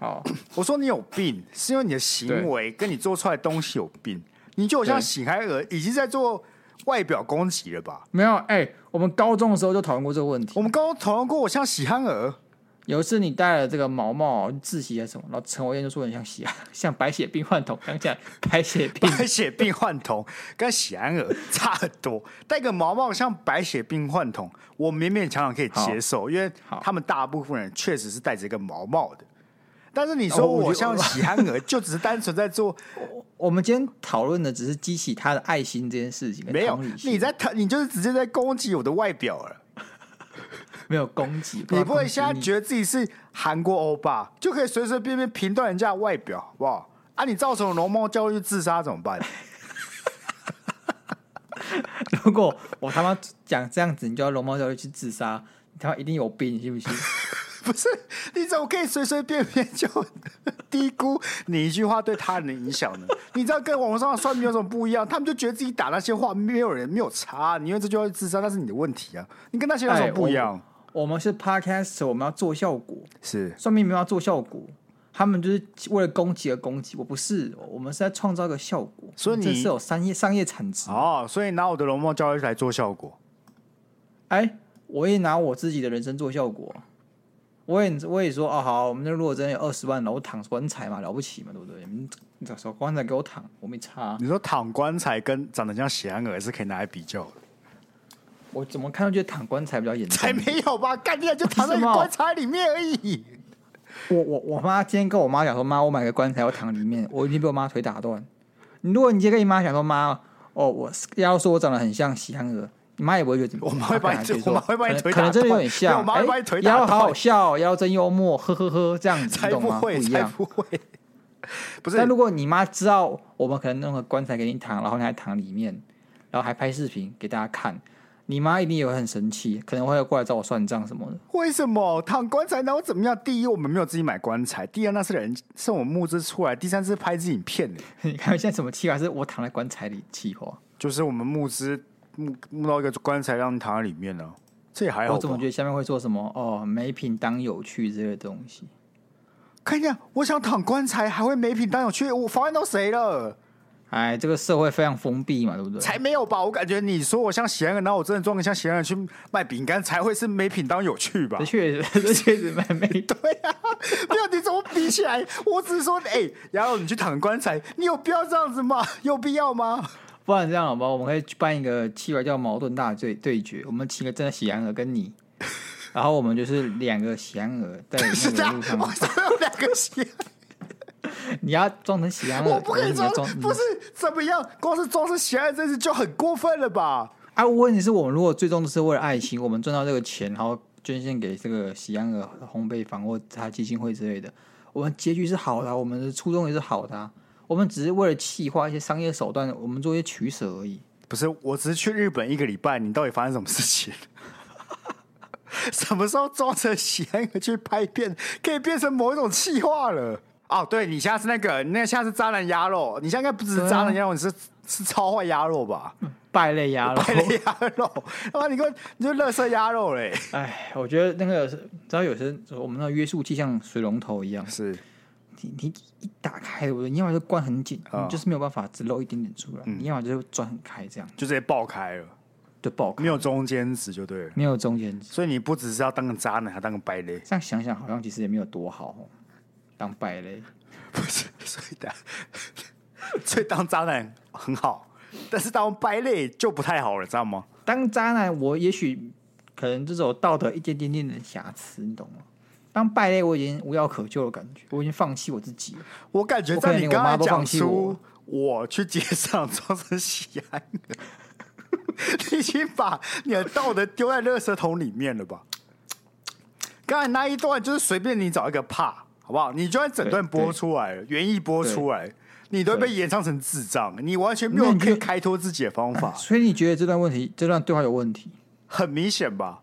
[SPEAKER 1] 好，
[SPEAKER 2] 我说你有病，是因为你的行为跟你做出来的东西有病。你就好像
[SPEAKER 1] 对
[SPEAKER 2] 喜憨儿已经在做外表攻击了吧？
[SPEAKER 1] 没有，哎、我们高中的时候就讨论过这个问题。
[SPEAKER 2] 我们刚刚讨论过，我像喜憨儿，
[SPEAKER 1] 有一次你戴了这个毛帽自习还是什么，然后陈伟燕就说你像血， <laughs> 像白血病患童，想起来白血病。
[SPEAKER 2] <laughs> 白血病患童跟喜憨儿差很多，戴个毛毛像白血病患童，我勉勉强强可以接受，因为
[SPEAKER 1] 好
[SPEAKER 2] 他们大部分人确实是戴着一个毛毛的。但是你
[SPEAKER 1] 哦
[SPEAKER 2] 说
[SPEAKER 1] 我觉得
[SPEAKER 2] 我像喜憨儿，就只是单纯在做
[SPEAKER 1] 我们今天讨论的只是激起他的爱心这件事情，
[SPEAKER 2] 没
[SPEAKER 1] <laughs>
[SPEAKER 2] 有
[SPEAKER 1] 同理，心
[SPEAKER 2] 你在讨你就是直接在攻击我的外表了。
[SPEAKER 1] 没有攻击，
[SPEAKER 2] 你不会现在
[SPEAKER 1] 攻击你
[SPEAKER 2] 觉得自己是韩国欧巴，就可以随随便便评断人家的外表，好不好？啊，你造成容貌焦虑自杀怎么办？
[SPEAKER 1] 如果我他妈讲这样子，你就要容貌焦虑去自杀，你他妈一定有病，你信不信？
[SPEAKER 2] 不是，你怎么可以随随便便就低估你一句话对他人的影响呢？你知道跟网络上的算命有什么不一样？他们就觉得自己打那些话没有人没有差、你用这句话去自杀，那是你的问题啊！你跟那 <laughs> 些有什么不一样？
[SPEAKER 1] 哎我们是 podcast，我们要做效果，
[SPEAKER 2] 是
[SPEAKER 1] 算命没有要做效果。他们就是为了攻击而攻击，我不是，我们是在创造一个效果，
[SPEAKER 2] 所以你
[SPEAKER 1] 这是有商业商业产值的
[SPEAKER 2] 哦，所以拿我的容貌焦虑来做效果，
[SPEAKER 1] 哎，我也拿我自己的人生做效果，我也我也说哦好，我们这如果真的有二十万，然后我躺棺材嘛，了不起嘛，对不对？你你找棺材给我躺，我没差啊，
[SPEAKER 2] 你说躺棺材跟长得像喜安儿是可以拿来比较的，
[SPEAKER 1] 我怎么看都觉得躺棺材比较严重
[SPEAKER 2] <laughs> 才。没有吧？干你俩就躺在一
[SPEAKER 1] 为
[SPEAKER 2] 个
[SPEAKER 1] 什么
[SPEAKER 2] 棺材里面而已。
[SPEAKER 1] 我我我妈今天跟我妈讲说，妈，我买个棺材，我躺里面，我已经被我妈腿打断。你如果你今天跟你妈讲说，妈，哦，我要说我长得很像喜憨儿。你妈也不会觉得怎么样，
[SPEAKER 2] 我妈会把你
[SPEAKER 1] 她可能
[SPEAKER 2] 我妈会把你
[SPEAKER 1] 觉得说
[SPEAKER 2] 腿
[SPEAKER 1] 可能可能
[SPEAKER 2] 打
[SPEAKER 1] 真的有
[SPEAKER 2] 断
[SPEAKER 1] 点像，
[SPEAKER 2] 没有我妈会
[SPEAKER 1] 哎
[SPEAKER 2] 把你腿打
[SPEAKER 1] 腰好好
[SPEAKER 2] 断
[SPEAKER 1] 笑，哦腰真幽默，呵呵呵，这样子，
[SPEAKER 2] 才
[SPEAKER 1] 你懂
[SPEAKER 2] 不
[SPEAKER 1] 吗？
[SPEAKER 2] 会，
[SPEAKER 1] 一
[SPEAKER 2] 才
[SPEAKER 1] 样，
[SPEAKER 2] 不会。不是
[SPEAKER 1] 但，如果你妈知道我们可能弄个棺材给你躺，然后你还躺里面，然后还拍视频给大家看，你妈一定也会很生气，可能会过来找我算账什么的。 <laughs>
[SPEAKER 2] 为什么躺棺材能怎么样？第一，我们没有自己买棺材；第二，那是人是我们募资出来；第三是拍自己影片的，
[SPEAKER 1] 你看现在什么气话是我躺在棺材里气话，
[SPEAKER 2] 就是我们募资募募到一个棺材让你躺在里面呢、这也还好
[SPEAKER 1] 我
[SPEAKER 2] 吧
[SPEAKER 1] 怎么觉？得下面会说什么哦，没品当有趣之类的东西。
[SPEAKER 2] 看一下，我想躺棺材，还会没品当有趣，我妨碍到谁了？
[SPEAKER 1] 哎，这个社会非常封闭嘛，对不对？
[SPEAKER 2] 才没有吧！我感觉你说我像喜安人，然后我真的装个像喜安人去卖饼干，才会是没品当有趣吧
[SPEAKER 1] 这？确实， <laughs> 这确
[SPEAKER 2] <laughs>
[SPEAKER 1] 实蛮没懂。
[SPEAKER 2] 对啊， <laughs> 没有你怎么比起来？我只是说，哎、然后你去躺棺材，你有必要这样子吗？有必要吗？
[SPEAKER 1] 不然这样好吧，我们可以举办一个气话叫矛盾大对对决，我们请个真的喜羊儿跟
[SPEAKER 2] <laughs>
[SPEAKER 1] 你，然后我们就是两个喜羊儿在
[SPEAKER 2] <laughs> 是这
[SPEAKER 1] 那个
[SPEAKER 2] 样
[SPEAKER 1] 路上，
[SPEAKER 2] 我只有两个喜安，
[SPEAKER 1] 你要装成喜羊羊，
[SPEAKER 2] 我不可以
[SPEAKER 1] 你要
[SPEAKER 2] 装嗯
[SPEAKER 1] 装，
[SPEAKER 2] 不是怎么样？光是装成喜安这事就很过分了吧？
[SPEAKER 1] 啊。问题是我们如果最终都是为了爱心，我们赚到这个钱，然后捐献给这个喜羊羊烘焙坊或他基金会之类的，我们结局是好的啊、我们的初衷也是好的啊、我们只是为了气化一些商业手段，我们做一些取舍而已。
[SPEAKER 2] 不是，我只是去日本一个礼拜，你到底发生什么事情？ <laughs> 什么时候装成喜安去拍片，可以变成某一种气话了？哦，对你下次那个，那下次渣男鸭肉，你现在应该不只是渣男鸭肉，你是是超坏鸭肉 <laughs> 吧？
[SPEAKER 1] 败类鸭肉。
[SPEAKER 2] 坏的鸭肉，他妈你给我你就乐色鸭肉嘞！
[SPEAKER 1] 哎，我觉得那个是，你知道有些我们那个约束器像水龙头一样，
[SPEAKER 2] 是，
[SPEAKER 1] 你你一打开，我你要么就关很紧，
[SPEAKER 2] 啊
[SPEAKER 1] 你就是没有办法只露一点点出来；你要么就转很开，这样
[SPEAKER 2] 就直接爆开了，
[SPEAKER 1] 就爆开，
[SPEAKER 2] 没有中间值就对了。
[SPEAKER 1] 没有中间值。
[SPEAKER 2] 所以你不只是要当个渣男，还当个败类，
[SPEAKER 1] 这样想想，好像其实也没有多好哦，当败类。
[SPEAKER 2] 不是？所以当，所以当渣男很好，但是当败类就不太好了，知道吗？
[SPEAKER 1] 当渣男，我也许可能这种道德一点点点的瑕疵，你懂吗？当败类，我已经无药可救的感觉，我已经放弃我自己了。
[SPEAKER 2] 我感觉
[SPEAKER 1] 我
[SPEAKER 2] 在
[SPEAKER 1] 可以
[SPEAKER 2] 你
[SPEAKER 1] 连
[SPEAKER 2] 刚
[SPEAKER 1] 我
[SPEAKER 2] 才
[SPEAKER 1] 妈都
[SPEAKER 2] 讲
[SPEAKER 1] 放弃
[SPEAKER 2] 出我去街上装成喜安人，你已经把你的道德丢在垃圾桶里面了吧？刚才那一段就是随便你找一个怕，好不好？你就算整段播出来了，原意播出来，你都会被演唱成智障，你完全没
[SPEAKER 1] 那
[SPEAKER 2] 有
[SPEAKER 1] 你就
[SPEAKER 2] 可以开脱自己的方法，
[SPEAKER 1] 所以你觉得这段问题，这段对话有问题？
[SPEAKER 2] 很明显吧？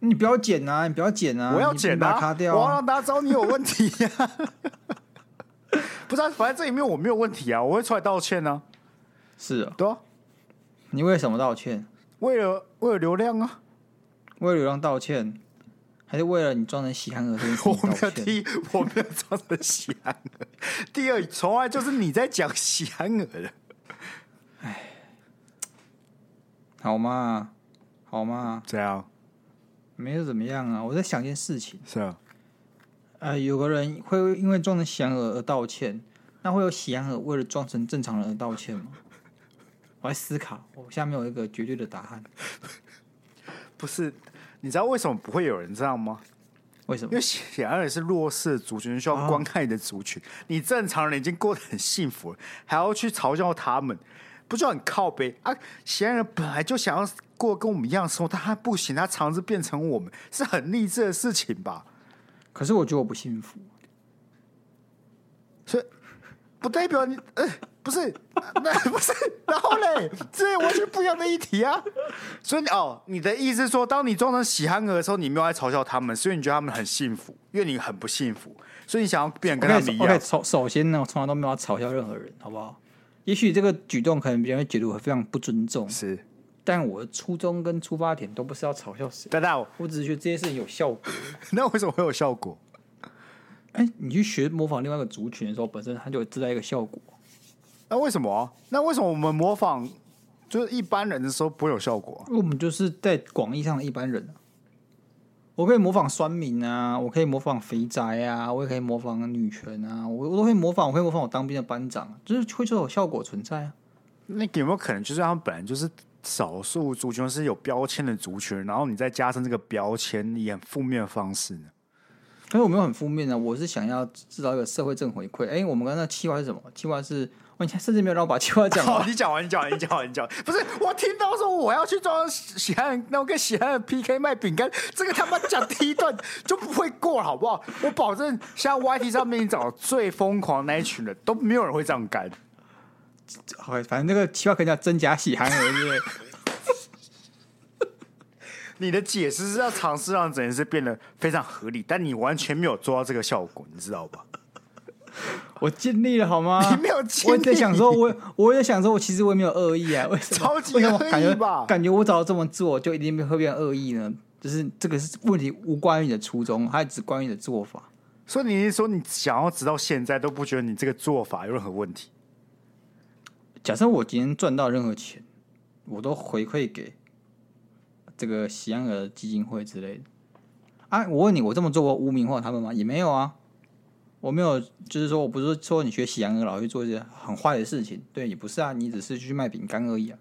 [SPEAKER 1] 你不要剪啊！你不要剪啊！
[SPEAKER 2] 我要
[SPEAKER 1] 你
[SPEAKER 2] 剪
[SPEAKER 1] 你把
[SPEAKER 2] 啊
[SPEAKER 1] 它，卡掉、
[SPEAKER 2] 我要
[SPEAKER 1] 啊。
[SPEAKER 2] 让大家知道你有问题呀、 <laughs> 不是、啊，反正这里面我没有问题啊，我会出来道歉啊，
[SPEAKER 1] 是啊，
[SPEAKER 2] 对啊。
[SPEAKER 1] 你为什么道歉？
[SPEAKER 2] 为了为了流量啊，
[SPEAKER 1] 为了流浪道歉，还是为了你装成喜憨儿这件事
[SPEAKER 2] <laughs> 我
[SPEAKER 1] 情
[SPEAKER 2] 没有
[SPEAKER 1] 道歉？
[SPEAKER 2] 第一，我没有装成喜安儿。第二，从来就是你在讲喜安儿的，
[SPEAKER 1] 好嘛，好嘛，
[SPEAKER 2] 怎样？
[SPEAKER 1] 没有怎么样啊。我在想一件事情，
[SPEAKER 2] 是啊，
[SPEAKER 1] 呃，有个人会因为装成喜憨儿而道歉，那会有喜憨儿为了装成正常人而道歉吗？ <laughs> 我在思考，我下面有一个绝对的答案。
[SPEAKER 2] 不是？你知道为什么不会有人这样吗？
[SPEAKER 1] 为什
[SPEAKER 2] 因
[SPEAKER 1] 么
[SPEAKER 2] 为？喜安儿是弱势的族群，需要关爱的族群。你正常人已经过得很幸福了，还要去嘲笑他们，不就很靠背啊？喜安人本来就想要过跟我们一样的生活，但他不行，他尝试变成我们，是很励志的事情吧？
[SPEAKER 1] 可是我觉得我不幸福。
[SPEAKER 2] 所以不代表你，呃，不是，啊那、不是，然后嘞，这完全不一样的议题啊。所以你哦，你的意思是说，当你装成喜憨儿的时候，你没有在嘲笑他们，所以你觉得他们很幸福，因为你很不幸福，所以你想要变得跟他们一
[SPEAKER 1] o
[SPEAKER 2] 样
[SPEAKER 1] k 首首先呢，我从来都没有要嘲笑任何人，好不好？也许这个举动可能别人会觉得我非常不尊重，
[SPEAKER 2] 是，
[SPEAKER 1] 但我的初衷跟出发点都不是要嘲笑谁，
[SPEAKER 2] 大大，
[SPEAKER 1] 我只是觉得这件事情有效果。
[SPEAKER 2] <laughs> 那为什么会有效果？
[SPEAKER 1] 哎、你去学模仿另外一个族群的时候，本身它就会自带一个效果。
[SPEAKER 2] 那为什么？啊那为什么我们模仿就是一般人的时候不会有效果？啊
[SPEAKER 1] 因为我们就是在广义上的一般人啊、我可以模仿酸民啊，我可以模仿肥宅啊，我也可以模仿女权啊，我我都会模仿，我会模仿我当兵的班长啊，就是会就有效果存在啊。
[SPEAKER 2] 那有没有可能就是他们本来就是少数族群是有标签的族群，然后你再加上这个标签，以很负面的方式呢？
[SPEAKER 1] 但是我没有很负面啊，我是想要制造一个社会正回馈。哎、我们刚才计划是什么？计划是，我你看甚至没有让我把计划讲
[SPEAKER 2] <laughs> 好， <laughs>
[SPEAKER 1] 完。
[SPEAKER 2] 你讲完，你讲完，你讲完，你讲完。 <laughs> 不是，我听到说我要去装喜憨，那我跟喜憨 PK 卖饼干，这个他妈讲第一段就不会过，好不好？我保证，像 YT 上面你找最疯狂的那一群人都没有人会这样干。
[SPEAKER 1] 好，反正这个计划可以叫真假喜憨而已。
[SPEAKER 2] 你的解释是要尝试让整件事变得非常合理，但你完全没有做到这个效果，你知道吧？
[SPEAKER 1] 我尽力了好吗？
[SPEAKER 2] 你没有尽力
[SPEAKER 1] 我也在想说，我我也在想说，我其实我也没有恶意
[SPEAKER 2] <laughs>
[SPEAKER 1] 啊，为什么？
[SPEAKER 2] 超级
[SPEAKER 1] 为什么感
[SPEAKER 2] 恶
[SPEAKER 1] 觉
[SPEAKER 2] 意吧
[SPEAKER 1] 感觉我找到这么做，就一定会变恶意呢？就是这个是问题无关于你的初衷，它只关于你的做法。
[SPEAKER 2] 所以你是说你想要直到现在都不觉得你这个做法有任何问题？
[SPEAKER 1] 假设我今天赚到任何钱，我都回馈给这个喜安儿基金会之类的。啊，我问你，我这么做我污名化他们吗？也没有啊，我没有，就是说我不是说你学喜安儿老去做一些很坏的事情，对，也不是啊，你只是去卖饼干而已啊。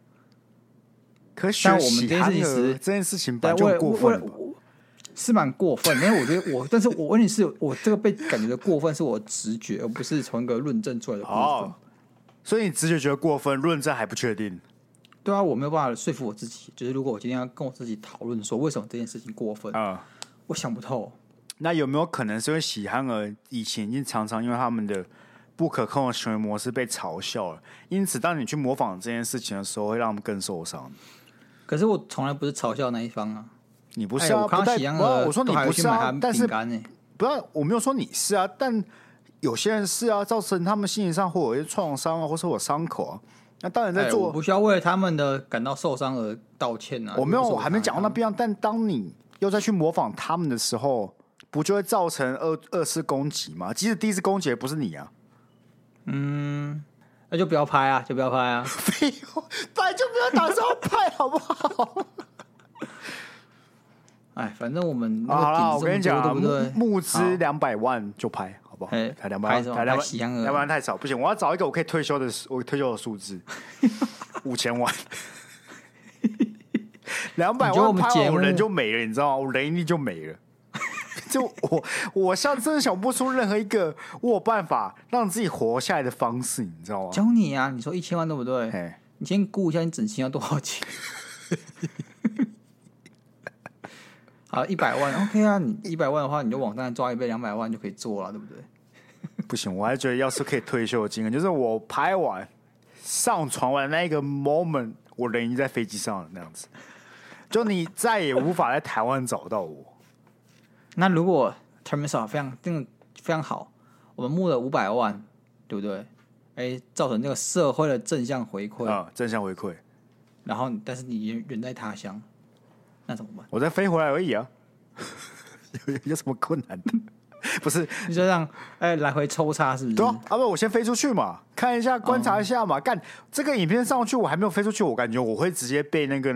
[SPEAKER 2] 可是
[SPEAKER 1] 但
[SPEAKER 2] 学
[SPEAKER 1] 我们
[SPEAKER 2] 喜
[SPEAKER 1] 这件
[SPEAKER 2] 憨
[SPEAKER 1] 事情
[SPEAKER 2] 儿
[SPEAKER 1] 是
[SPEAKER 2] 这件事情本
[SPEAKER 1] 但
[SPEAKER 2] 来就
[SPEAKER 1] 为
[SPEAKER 2] 很
[SPEAKER 1] 了
[SPEAKER 2] 过
[SPEAKER 1] 为
[SPEAKER 2] 分
[SPEAKER 1] 了
[SPEAKER 2] 吧？
[SPEAKER 1] 我是蛮过分，但是我觉得我，但是我问题是我这个被感觉的过分是我直觉，而不是从一个论证出来的部分。
[SPEAKER 2] 哦，所以你直觉觉得过分，论证还不确定。
[SPEAKER 1] 对啊，我没有办法说服我自己，就是如果我今天要跟我自己讨论说为什么这件事情过分，
[SPEAKER 2] 啊、
[SPEAKER 1] 我想不透。
[SPEAKER 2] 那有没有可能是因为喜憨儿以前已经常常因为他们的不可控的行为模式被嘲笑了，因此当你去模仿这件事情的时候，会让他们更受伤？
[SPEAKER 1] 可是我从来不是嘲笑那一方啊。
[SPEAKER 2] 你不
[SPEAKER 1] 不
[SPEAKER 2] 是
[SPEAKER 1] 我
[SPEAKER 2] 啊，不
[SPEAKER 1] 看到
[SPEAKER 2] 代
[SPEAKER 1] 喜羊
[SPEAKER 2] 不
[SPEAKER 1] 羊
[SPEAKER 2] 我说你
[SPEAKER 1] 都还
[SPEAKER 2] 不
[SPEAKER 1] 会去
[SPEAKER 2] 是
[SPEAKER 1] 买
[SPEAKER 2] 啊
[SPEAKER 1] 他，
[SPEAKER 2] 但
[SPEAKER 1] 饼
[SPEAKER 2] 是
[SPEAKER 1] 干呢、
[SPEAKER 2] 不要，我没有说你是啊，但有些人是啊，造成他们心理上会有一些创伤啊，或是有伤口啊。那当然在
[SPEAKER 1] 哎
[SPEAKER 2] 做，
[SPEAKER 1] 我不需要为了他们的感到受伤而道歉啊！
[SPEAKER 2] 我没有，我还没讲到那
[SPEAKER 1] 边。
[SPEAKER 2] 不一样。但当你又再去模仿他们的时候，不就会造成二二次攻击吗？即使第一次攻击也不是你啊，
[SPEAKER 1] 那就不要拍啊，就不要拍啊！
[SPEAKER 2] <laughs> 废话，本来就没有打算派，好不好？
[SPEAKER 1] 哎，反正我们那
[SPEAKER 2] 好啦，
[SPEAKER 1] 个
[SPEAKER 2] 我跟
[SPEAKER 1] 顶
[SPEAKER 2] 你
[SPEAKER 1] 这
[SPEAKER 2] 讲
[SPEAKER 1] 么
[SPEAKER 2] 啊，
[SPEAKER 1] 多，对不对？
[SPEAKER 2] 募募资
[SPEAKER 1] 好
[SPEAKER 2] 两百万就拍，好不好
[SPEAKER 1] 哎？
[SPEAKER 2] 才两百
[SPEAKER 1] 拍
[SPEAKER 2] 万，
[SPEAKER 1] 什么
[SPEAKER 2] 才两
[SPEAKER 1] 拍喜羊
[SPEAKER 2] 百，
[SPEAKER 1] 羊
[SPEAKER 2] 两百万太少，不行，我要找一个我可以退休的，我退休的
[SPEAKER 1] <laughs>
[SPEAKER 2] 数字，五千万。两百
[SPEAKER 1] 你觉得我
[SPEAKER 2] 万
[SPEAKER 1] 们
[SPEAKER 2] 拍
[SPEAKER 1] 节
[SPEAKER 2] 完我
[SPEAKER 1] 目
[SPEAKER 2] 人就没了，你知道吗？我人力就没了。
[SPEAKER 1] <laughs>
[SPEAKER 2] 就我，我现在真的想不出任何一个我有办法让自己活下来的方式，你知道吗？
[SPEAKER 1] 教你啊，你说一千万对不对？
[SPEAKER 2] 哎，
[SPEAKER 1] 你先估一下你整期要多少钱。 <laughs> 好，一百万 OK 啊，你一百万的话，你就往上抓一倍，两百万就可以做了，对不对？
[SPEAKER 2] 不行，我还觉得要是可以退休的金额，就是我拍完上传完那一个 moment，我人已经在飞机上了那样子，就你再也无法在台湾找到我。
[SPEAKER 1] 那如果 Terminal 非常这个非常好，我们募了五百万，对不对？哎，造成这个社会的正向回馈，
[SPEAKER 2] 啊、正向回馈，
[SPEAKER 1] 然后但是你远远在他乡，那怎么办？
[SPEAKER 2] 我再飞回来而已啊， <laughs> 有有什么困难 <laughs> 的？不是，
[SPEAKER 1] 你就让哎来回抽插是不是？
[SPEAKER 2] 对啊，啊不，我先飞出去嘛，看一下，观察一下
[SPEAKER 1] 嗯
[SPEAKER 2] 嘛。干这个影片上去，我还没有飞出去，我感觉我会直接被那个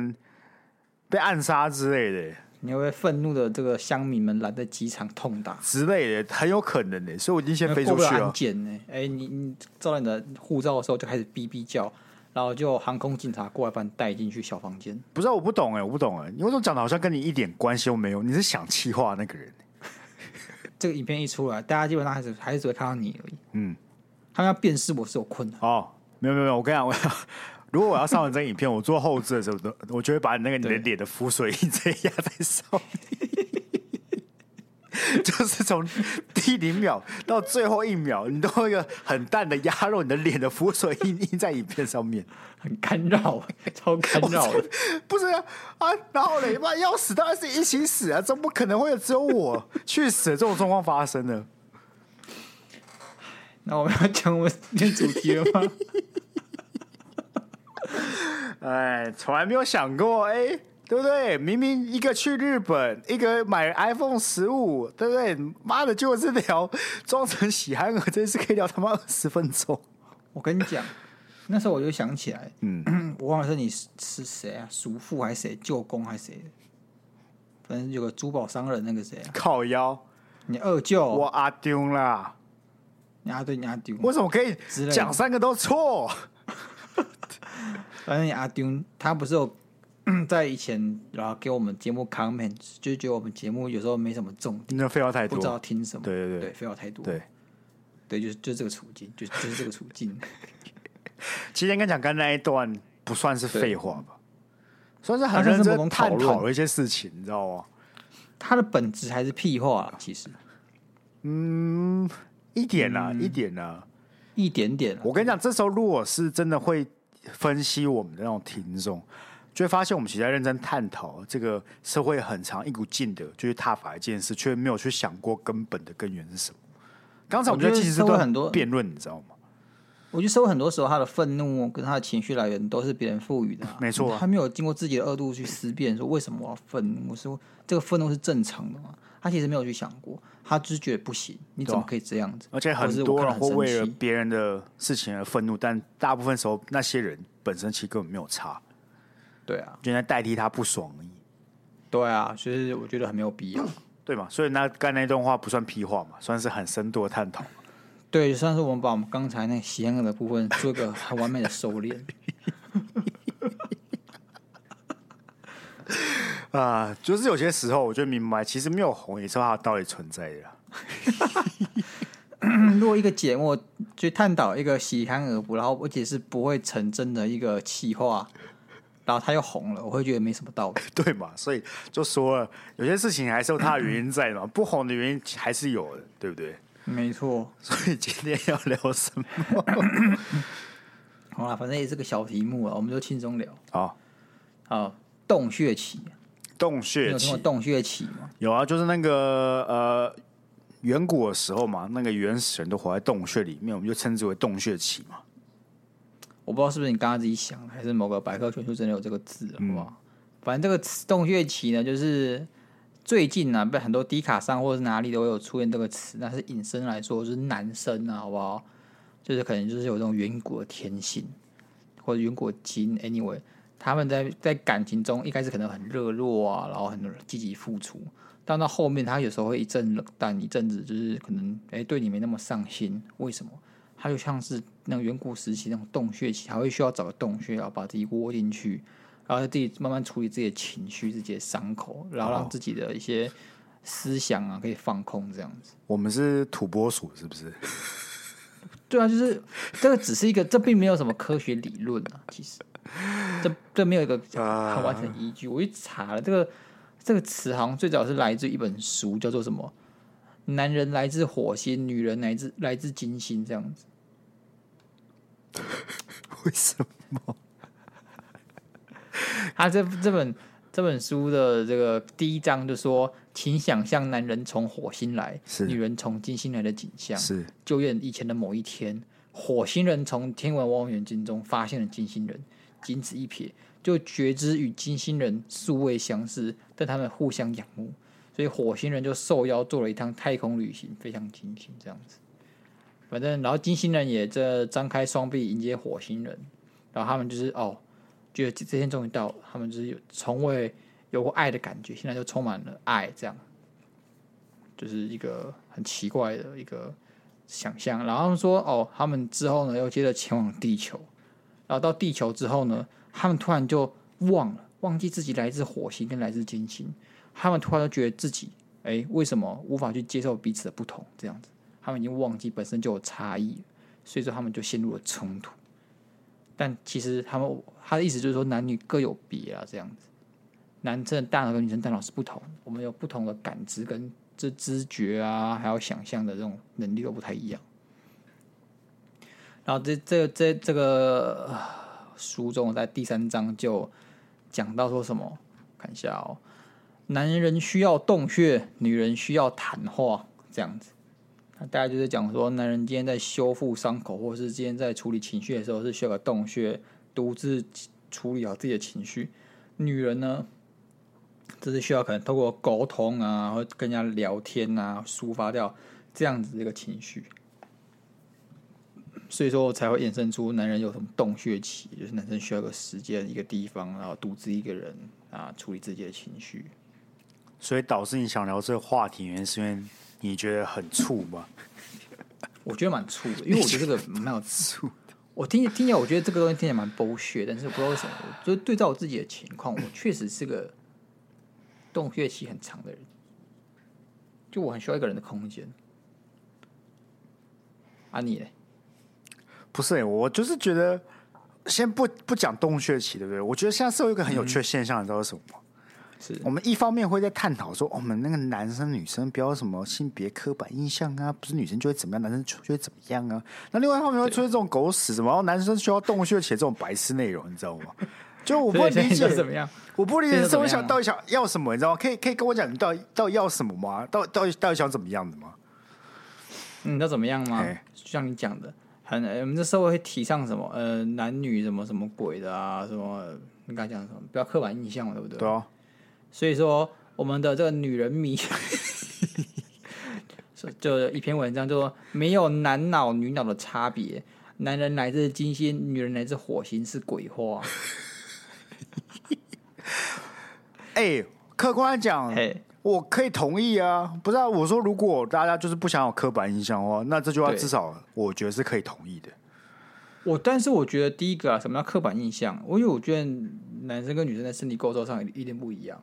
[SPEAKER 2] 被暗杀之类的。
[SPEAKER 1] 你会不会愤怒的这个乡民们拦在机场痛打？
[SPEAKER 2] 之类的，很有可能的、所以我已经先
[SPEAKER 1] 因
[SPEAKER 2] 飞
[SPEAKER 1] 为过
[SPEAKER 2] 出
[SPEAKER 1] 不了
[SPEAKER 2] 去
[SPEAKER 1] 安
[SPEAKER 2] 了。
[SPEAKER 1] 检呢、哎、你你照到你的护照的时候就开始哔哔叫，然后就航空警察过来把你带进去小房间。
[SPEAKER 2] 不是、啊，我不懂哎、我不懂哎、你为什么讲的好像跟你一点关系都没有？你是想气话那个人，
[SPEAKER 1] 这个影片一出来，大家基本上还是还是只会看到你而已。
[SPEAKER 2] 嗯，
[SPEAKER 1] 他们要辨识我是有困难。
[SPEAKER 2] 哦，没有没有没有，我跟你讲，我 <laughs> 如果我要上完这影片，我做后置的时候，我就会把那个你的
[SPEAKER 1] 对
[SPEAKER 2] 脸的浮水印直接压在上面， <laughs> 就是从第零秒到最后一秒，你都会有一个很淡的压肉你的脸的浮水印印在影片上面。
[SPEAKER 1] 很干扰，欸 <laughs> 超干扰的。
[SPEAKER 2] <laughs> 不是啊，啊然后嘞，妈要死当然是一起死啊，怎么可能会有只有我去死的这种状况发生呢？
[SPEAKER 1] 那我们要讲我们今天主题了吗？ <laughs>
[SPEAKER 2] 哎，从来没有想过，哎、对不对？明明一个去日本，一个买 iPhone 十五，对不对？妈的，就是聊装成喜憨儿，真是可以聊他妈二十分钟。
[SPEAKER 1] 我跟你讲，那时候我就想起来，
[SPEAKER 2] 嗯，
[SPEAKER 1] <clears throat> 我忘了是你是是谁啊，叔父还是谁，舅公还是谁的，反正有个珠宝商人那个谁啊，
[SPEAKER 2] 靠腰，
[SPEAKER 1] 你二舅，
[SPEAKER 2] 我阿丢啦，
[SPEAKER 1] 你阿对你阿丢，
[SPEAKER 2] 为什么可以
[SPEAKER 1] 之类的
[SPEAKER 2] 讲三个都错？
[SPEAKER 1] 反正你阿丢他不是有 <coughs> 在以前然后给我们节目 comment，就觉得我们节目有时候没什么重点，
[SPEAKER 2] 你的废话太
[SPEAKER 1] 不知道
[SPEAKER 2] 多。
[SPEAKER 1] 听什么，
[SPEAKER 2] 对对对
[SPEAKER 1] 对，废话太多，
[SPEAKER 2] 对，
[SPEAKER 1] 对，就是就是这个处境，就就是这个处境。 <laughs>
[SPEAKER 2] 其实应该讲刚才那一段不算是废话吧，算是很
[SPEAKER 1] 它算
[SPEAKER 2] 认
[SPEAKER 1] 是某
[SPEAKER 2] 真
[SPEAKER 1] 种
[SPEAKER 2] 探
[SPEAKER 1] 讨论
[SPEAKER 2] 讨了一些事情，你知道吗？
[SPEAKER 1] 他的本质还是屁话啊，其实
[SPEAKER 2] 一点啊，
[SPEAKER 1] 嗯
[SPEAKER 2] 一点啊。
[SPEAKER 1] 一点点啊
[SPEAKER 2] 我跟你讲，这时候如果是真的会分析我们的那种听众，就会发现我们其实在认真探讨这个社会很长一股劲的，就是踏伐一件事，却没有去想过根本的根源是什么。刚才我们
[SPEAKER 1] 我觉
[SPEAKER 2] 就
[SPEAKER 1] 得
[SPEAKER 2] 其实
[SPEAKER 1] 社会
[SPEAKER 2] 都
[SPEAKER 1] 很多
[SPEAKER 2] 辩论，你知道吗？
[SPEAKER 1] 我觉得社会很多时候他的愤怒跟他的情绪来源都是别人赋予的啊、
[SPEAKER 2] 没错啊
[SPEAKER 1] 他没有经过自己的恶度去思辨，说为什么我要愤怒，我说这个愤怒是正常的吗？他其实没有去想过，他只是觉得不行，你怎么可以这样子？
[SPEAKER 2] 啊而且
[SPEAKER 1] 或是
[SPEAKER 2] 很
[SPEAKER 1] 我
[SPEAKER 2] 多
[SPEAKER 1] 看
[SPEAKER 2] 人
[SPEAKER 1] 得
[SPEAKER 2] 会
[SPEAKER 1] 很
[SPEAKER 2] 为了
[SPEAKER 1] 生气
[SPEAKER 2] 别人的事情而愤怒，但大部分时候那些人本身其实根本没有差，
[SPEAKER 1] 对啊，
[SPEAKER 2] 就在代替他不爽而已。
[SPEAKER 1] 对啊，所以我觉得很没有必 <clears throat> 要。
[SPEAKER 2] 对嘛？所以那刚才那段话不算屁话嘛，算是很深度的探讨。
[SPEAKER 1] 对，算是我们把我们刚才那个喜恩的部分做一个很完美的收敛。 <laughs>
[SPEAKER 2] 啊、就是有些时候我就明白，其实没有红也是有它的道理存在的啦。 <laughs>
[SPEAKER 1] 如果一个节目去探讨一个喜憨儿不，然后而且是不会成真的一个气话，然后他又红了，我会觉得没什么道理。
[SPEAKER 2] 对嘛？所以就说了，有些事情还是有它的原因在
[SPEAKER 1] <laughs>
[SPEAKER 2] 的嘛，不红的原因还是有的，对不对？
[SPEAKER 1] 没错，
[SPEAKER 2] 所以今天要聊什
[SPEAKER 1] <laughs>
[SPEAKER 2] 么？
[SPEAKER 1] 好啦，反正也是个小题目啊，我们就轻松聊。
[SPEAKER 2] 好，
[SPEAKER 1] 好，洞穴棋，
[SPEAKER 2] 哦洞
[SPEAKER 1] 你
[SPEAKER 2] 穴
[SPEAKER 1] 有听过
[SPEAKER 2] 期
[SPEAKER 1] 洞穴棋吗？
[SPEAKER 2] 有啊，就是那个呃远古的时候嘛，那个原始人都活在洞穴里面，我们就称之为洞穴期嘛。
[SPEAKER 1] 我不知道是不是你刚刚自己想的，还是某个百科全书真的有这个字，好不好？反正这个词“洞穴期”呢，就是最近啊，被很多低卡上或者是哪里都有出现这个词，但是引申来说就是男生啊，好不好？就是可能就是有这种远古的天性或者远古的基因，anyway，他们在在感情中一开始可能很热络啊，然后很积极付出，但到后面他有时候会一阵冷淡，一阵子就是可能哎、对你没那么上心，为什么？他就像是那个远古时期那种洞穴期，还会需要找个洞穴，然后把自己窝进去，然后自己慢慢处理自己的情绪、自己的伤口，然后让自己的一些思想啊可以放空，这样子。
[SPEAKER 2] 我们是土拨鼠，是不是？ <laughs>
[SPEAKER 1] 对啊，就是 <laughs> 这个只是一个，这并没有什么科学理论啊，其实这这没有一个很完整的依据。我去查了这个这个词，好像最早是来自一本书，叫做什么“男人来自火星，女人来自来自金星”这样子。
[SPEAKER 2] 为什么？
[SPEAKER 1] 他这这本这本书的这个第一章就说，请想象男人从火星来，
[SPEAKER 2] 是
[SPEAKER 1] 女人从金星来的景象。
[SPEAKER 2] 是
[SPEAKER 1] 就愿以前的某一天，火星人从天文望远镜中发现了金星人，仅此一瞥，就觉知与金星人素未相识，但他们互相仰慕，所以火星人就受邀做了一趟太空旅行，非常惊喜这样子。反正，然后金星人也这张开双臂迎接火星人，然后他们就是哦，觉得这这天终于到了，他们就是有从未有过爱的感觉，现在就充满了爱，这样，就是一个很奇怪的一个想象。然后他们说，哦，他们之后呢，又接着前往地球，然后到地球之后呢，他们突然就忘了，忘记自己来自火星跟来自金星，他们突然就觉得自己，哎，为什么无法去接受彼此的不同？这样子，他们已经忘记本身就有差异了，所以说他们就陷入了冲突。但其实他们他的意思就是说，男女各有别啊，这样子。男生的大脑跟女生大脑是不同的，我们有不同的感知跟这知觉啊，还有想象的这种能力都不太一样。然后这这这这个呃书中，在第三章就讲到说什么？看一下哦，男人需要洞穴，女人需要谈话，这样子。那大家就是讲说，男人今天在修复伤口，或是今天在处理情绪的时候，是需要个洞穴，独自处理好自己的情绪。女人呢，这是需要可能透过沟通啊，或跟人家聊天啊，抒发掉这样子的一个情绪。所以说才会衍生出男人有什么洞穴期，就是男生需要一个时间、一个地方，然后独自一个人啊处理自己的情绪。
[SPEAKER 2] 所以导致你想聊这个话题，原因是因为你觉得很怵嘛？
[SPEAKER 1] 我觉得蛮粗的，因为我觉得这个蛮有
[SPEAKER 2] 怵，
[SPEAKER 1] 我听听起来，我觉得这个东西听起来蛮剥削，但是我不知道为什么，我就对照我自己的情况，我确实是个洞穴期很长的人，就我很需要一个人的空间。啊你嘞？
[SPEAKER 2] 不是欸、我就是觉得，先不不讲洞穴期，对不对？我觉得现在社会有一个很有趣的现象，你知道是什么吗？
[SPEAKER 1] 是
[SPEAKER 2] 我们一方面会在探讨说，哦我们那个男生女生不要什么性别刻板印象啊，不是女生就会怎么样，男生就会怎么样啊。那另外一方面会出现这种狗屎什么，然后男生需要洞穴期这种白痴内容，你知道吗？就我不会
[SPEAKER 1] 对现在
[SPEAKER 2] 理解
[SPEAKER 1] <laughs> 你怎么样？
[SPEAKER 2] 我不理解社会
[SPEAKER 1] 现在怎么样
[SPEAKER 2] 想
[SPEAKER 1] 啊
[SPEAKER 2] 到底想要什么，你知道吗？可以可以跟我讲，你到底到底要什么吗？到到底到底想怎么样的吗？
[SPEAKER 1] 嗯你知道怎么样吗？就
[SPEAKER 2] 哎
[SPEAKER 1] 像你讲的，很、呃我们这社会会提倡什么呃男女什么什么鬼的啊，什么呃你刚才讲什么，不要刻板印象嘛，对不对？
[SPEAKER 2] 对啊，
[SPEAKER 1] 所以说，我们的这个女人迷， <laughs> 就就有一篇文章就说没有男脑女脑的差别，男人来自金星，女人来自火星是鬼话。
[SPEAKER 2] 哎、客观来 <laughs> 讲，
[SPEAKER 1] 嘿，
[SPEAKER 2] 我可以同意啊，不是啊？我说如果大家就是不想有刻板印象的话，那这句话
[SPEAKER 1] 对
[SPEAKER 2] 至少我觉得是可以同意的。
[SPEAKER 1] 我但是我觉得第一个啊，什么叫刻板印象？我因为我觉得男生跟女生在身体构造上一定不一样。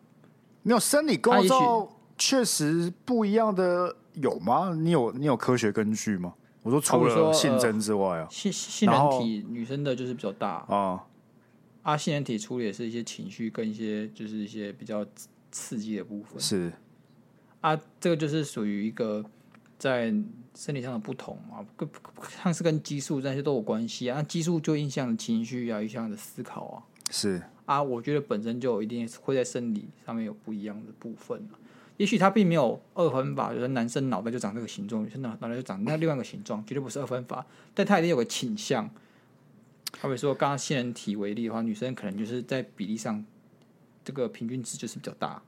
[SPEAKER 2] 没有生理构
[SPEAKER 1] 那也
[SPEAKER 2] 造
[SPEAKER 1] 许
[SPEAKER 2] 确实不一样的有吗？你有你有科学根据吗？我说除
[SPEAKER 1] 啊我说
[SPEAKER 2] 了
[SPEAKER 1] 呃
[SPEAKER 2] 性征之外啊，
[SPEAKER 1] 性性
[SPEAKER 2] 然
[SPEAKER 1] 人
[SPEAKER 2] 后
[SPEAKER 1] 体女生的就是比较大，
[SPEAKER 2] 啊、
[SPEAKER 1] 啊，性人体处理的是一些情绪跟一些就是一些比较刺刺激的部分。
[SPEAKER 2] 是
[SPEAKER 1] 啊，这个就是属于一个在身体上的不同啊，跟像是跟激素这些都有关系啊。那激素就影响情绪啊，影响你的思考啊。
[SPEAKER 2] 是
[SPEAKER 1] 啊，我觉得本身就有一定会在生理上面有不一样的部分、啊、也许他并没有二分法，有的男生脑袋就长这个形状，有些脑脑袋就长那另外一个形状，绝对不是二分法，但他一定有个倾向。好比说，刚刚仙人体为例的话，女生可能就是在比例上，这个平均值就是比较大。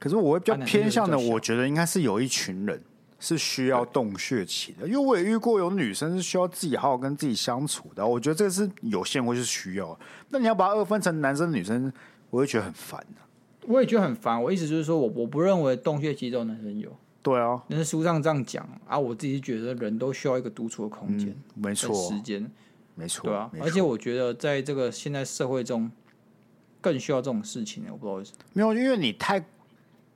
[SPEAKER 2] 可是我会比较
[SPEAKER 1] 啊那
[SPEAKER 2] 偏向的，
[SPEAKER 1] 那就比较小
[SPEAKER 2] 我觉得应该是有一群人是需要洞穴期的，因为我也遇过有女生是需要自己好好跟自己相处的，我觉得这个是有些人会是需要的。那你要把它二分成男生女生，我会觉得很烦、
[SPEAKER 1] 我也觉得很烦。我意思就是说我我不认为洞穴肌肉男生有，
[SPEAKER 2] 对啊，
[SPEAKER 1] 但是书上这样讲啊，我自己觉得人都需要一个独处的空间、
[SPEAKER 2] 嗯没
[SPEAKER 1] 跟
[SPEAKER 2] 错
[SPEAKER 1] 时，间，
[SPEAKER 2] 没错，
[SPEAKER 1] 对啊。
[SPEAKER 2] 没
[SPEAKER 1] 而
[SPEAKER 2] 错
[SPEAKER 1] 且我觉得在这个现在社会中，更需要这种事情，我不知道为什么。
[SPEAKER 2] 没有，因为你太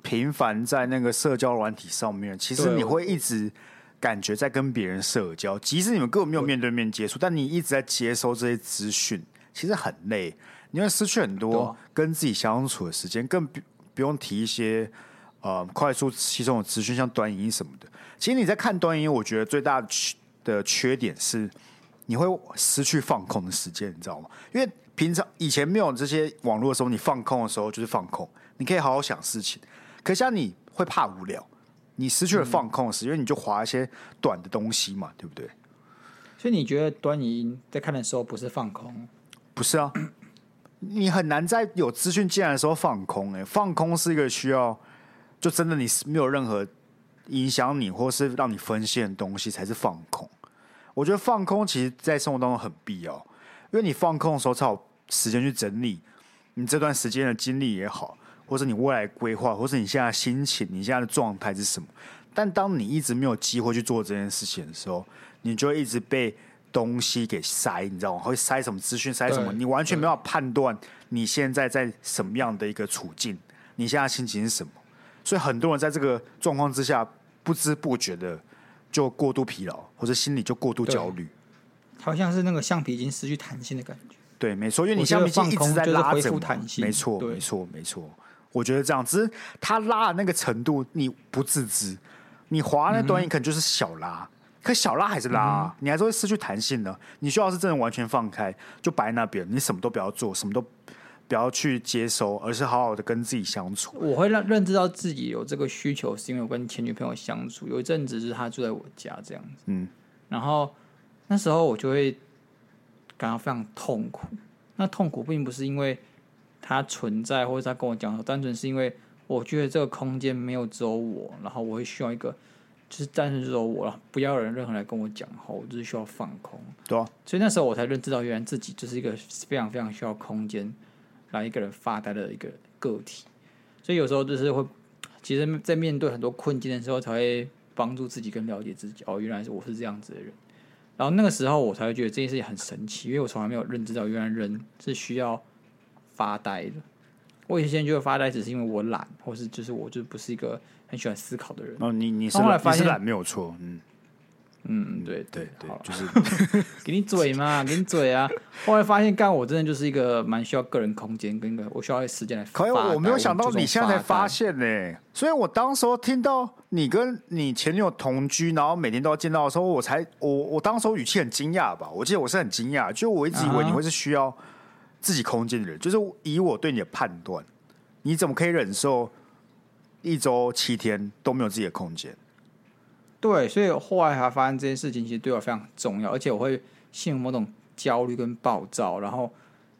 [SPEAKER 2] 频繁在那个社交软体上面，其实
[SPEAKER 1] 对
[SPEAKER 2] 你会一直感觉在跟别人社交，即使你们根本没有面对面接触，但你一直在接收这些资讯，其实很累，你会失去很
[SPEAKER 1] 对
[SPEAKER 2] 多
[SPEAKER 1] 啊
[SPEAKER 2] 跟自己相处的时间，更不不用提一些呃快速吸收的资讯，像短影音什么的。其实你在看短影音，我觉得最大的缺的缺点是。你会失去放空的时间，你知道吗？因为平常以前没有这些网络的时候，你放空的时候就是放空，你可以好好想事情。可像你会怕无聊，你失去了放空的时间，因为你就划一些短的东西嘛，对不对？
[SPEAKER 1] 所以你觉得短影音在看的时候不是放空？
[SPEAKER 2] 不是啊，你很难在有资讯进来的时候放空、欸。放空是一个需要，就真的你是没有任何影响你或是让你分心的东西才是放空。我觉得放空其实在生活当中很必要，因为你放空的时候才有时间去整理你这段时间的经历也好，或是你未来规划，或是你现在的心情、你现在的状态是什么。但当你一直没有机会去做这件事情的时候，你就会一直被东西给塞，你知道吗？会塞什么资讯，塞什么，
[SPEAKER 1] 对
[SPEAKER 2] 你完全没有判断你现在在什么样的一个处境，你现在心情是什么。所以很多人在这个状况之下，不知不觉的就过度疲劳，或者心里就过度焦虑。
[SPEAKER 1] 好像是那个橡皮已经失去弹性的感觉。
[SPEAKER 2] 对，没错，因为你
[SPEAKER 1] 我觉
[SPEAKER 2] 橡
[SPEAKER 1] 得
[SPEAKER 2] 皮筋一直在拉
[SPEAKER 1] 放空就是
[SPEAKER 2] 着
[SPEAKER 1] 恢复
[SPEAKER 2] 嘛，
[SPEAKER 1] 弹性
[SPEAKER 2] 没错，
[SPEAKER 1] 对
[SPEAKER 2] 没错，没错。我觉得这样，只是他拉的那个程度你不自知，你滑那
[SPEAKER 1] 嗯
[SPEAKER 2] 短影可能就是小拉，可小拉还是拉啊、你还是会失去弹性的。你需要是真的完全放开，就摆在那边，你什么都不要做，什么都不要去接收，而是好好的跟自己相处。
[SPEAKER 1] 我会让认知到自己有这个需求，是因为我跟前女朋友相处，有一阵子是她住在我家这样子，
[SPEAKER 2] 嗯，
[SPEAKER 1] 然后那时候我就会感到非常痛苦。那痛苦并不是因为她存在，或者她跟我讲，单纯是因为我觉得这个空间没有只有我，然后我会需要一个，就是单纯只有我，然后不要有人任何人来跟我讲话，我就是需要放空。
[SPEAKER 2] 对啊，
[SPEAKER 1] 所以那时候我才认知到，原来自己就是一个非常非常需要空间来一个人发呆的一个个体。所以有时候就是会，其实，在面对很多困境的时候，才会帮助自己跟了解自己。哦，原来是我是这样子的人。然后那个时候我才会觉得这件事情很神奇，因为我从来没有认知到，原来人是需要发呆的。我以前觉得发呆只是因为我懒，或是就是我就不是一个很喜欢思考的人
[SPEAKER 2] 然。后你你是
[SPEAKER 1] 后来
[SPEAKER 2] 懒
[SPEAKER 1] 发
[SPEAKER 2] 你是
[SPEAKER 1] 现
[SPEAKER 2] 懒没有错，嗯，
[SPEAKER 1] 嗯，对
[SPEAKER 2] 对对
[SPEAKER 1] 好了， <laughs>
[SPEAKER 2] 就是
[SPEAKER 1] 给你嘴嘛，
[SPEAKER 2] <laughs>
[SPEAKER 1] 给你嘴啊！后来发现，干我真的就是一个蛮需要个人空间跟一个我需要时间来发
[SPEAKER 2] 可
[SPEAKER 1] 呆。
[SPEAKER 2] 以，我没有想到
[SPEAKER 1] 就这种
[SPEAKER 2] 你现在才发
[SPEAKER 1] 呆，
[SPEAKER 2] 现呢、所以我当时候听到你跟你前女友同居，然后每天都要见到的时候，我才我我当时候语气很惊讶吧，我记得我是很惊讶，就我一直以
[SPEAKER 1] 啊
[SPEAKER 2] 为你会是需要自己空间的人，就是以我对你的判断，你怎么可以忍受一周七天都没有自己的空间？
[SPEAKER 1] 对，所以后来才发现这件事情其实对我非常重要，而且我会陷入某种焦虑跟暴躁，然后，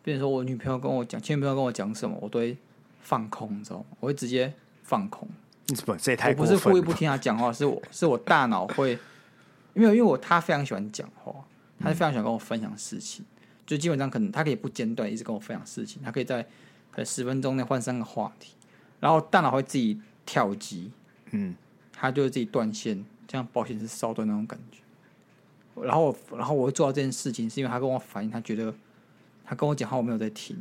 [SPEAKER 1] 比如说我女朋友跟我讲，前女朋友跟我讲什么，我都会放空，你知道吗？我会直接放空。
[SPEAKER 2] 你怎么这也太
[SPEAKER 1] 我
[SPEAKER 2] 过
[SPEAKER 1] 不
[SPEAKER 2] 分
[SPEAKER 1] 是
[SPEAKER 2] 了吧？
[SPEAKER 1] 故意不听他讲话，是我是我大脑会，因为因为我他非常喜欢讲话，他
[SPEAKER 2] 嗯
[SPEAKER 1] 是非常喜欢跟我分享事情，就基本上可能他可以不间断一直跟我分享事情，他可以在可能十分钟内换三个话题，然后大脑会自己跳机，
[SPEAKER 2] 嗯，
[SPEAKER 1] 他就会自己断线，像保险丝烧断那种感觉。然后我然后我会做到这件事情，是因为他跟我反映，他觉得他跟我讲话我没有在听。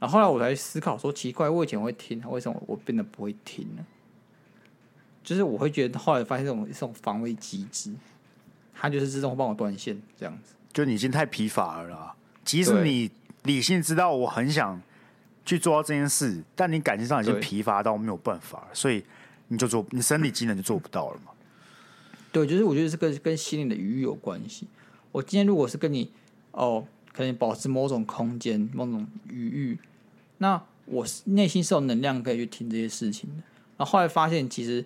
[SPEAKER 1] 然后后来我才思考说，奇怪，我以前会听，为什么我变得不会听呢？就是我会觉得后来发现这种这种防卫机制，它就是自动帮我断线这样子。
[SPEAKER 2] 就你已经太疲乏了啦。即使
[SPEAKER 1] 对
[SPEAKER 2] 你理性知道我很想去做到这件事，但你感情上已经
[SPEAKER 1] 对
[SPEAKER 2] 疲乏到没有办法了，所以你就做，你生理机能就做不到了嘛。
[SPEAKER 1] 对，就是我觉得这个跟心理的愉悦有关系。我今天如果是跟你哦，可能保持某种空间、某种余裕，那我是内心是有能量可以去听这些事情的。然后后来发现，其实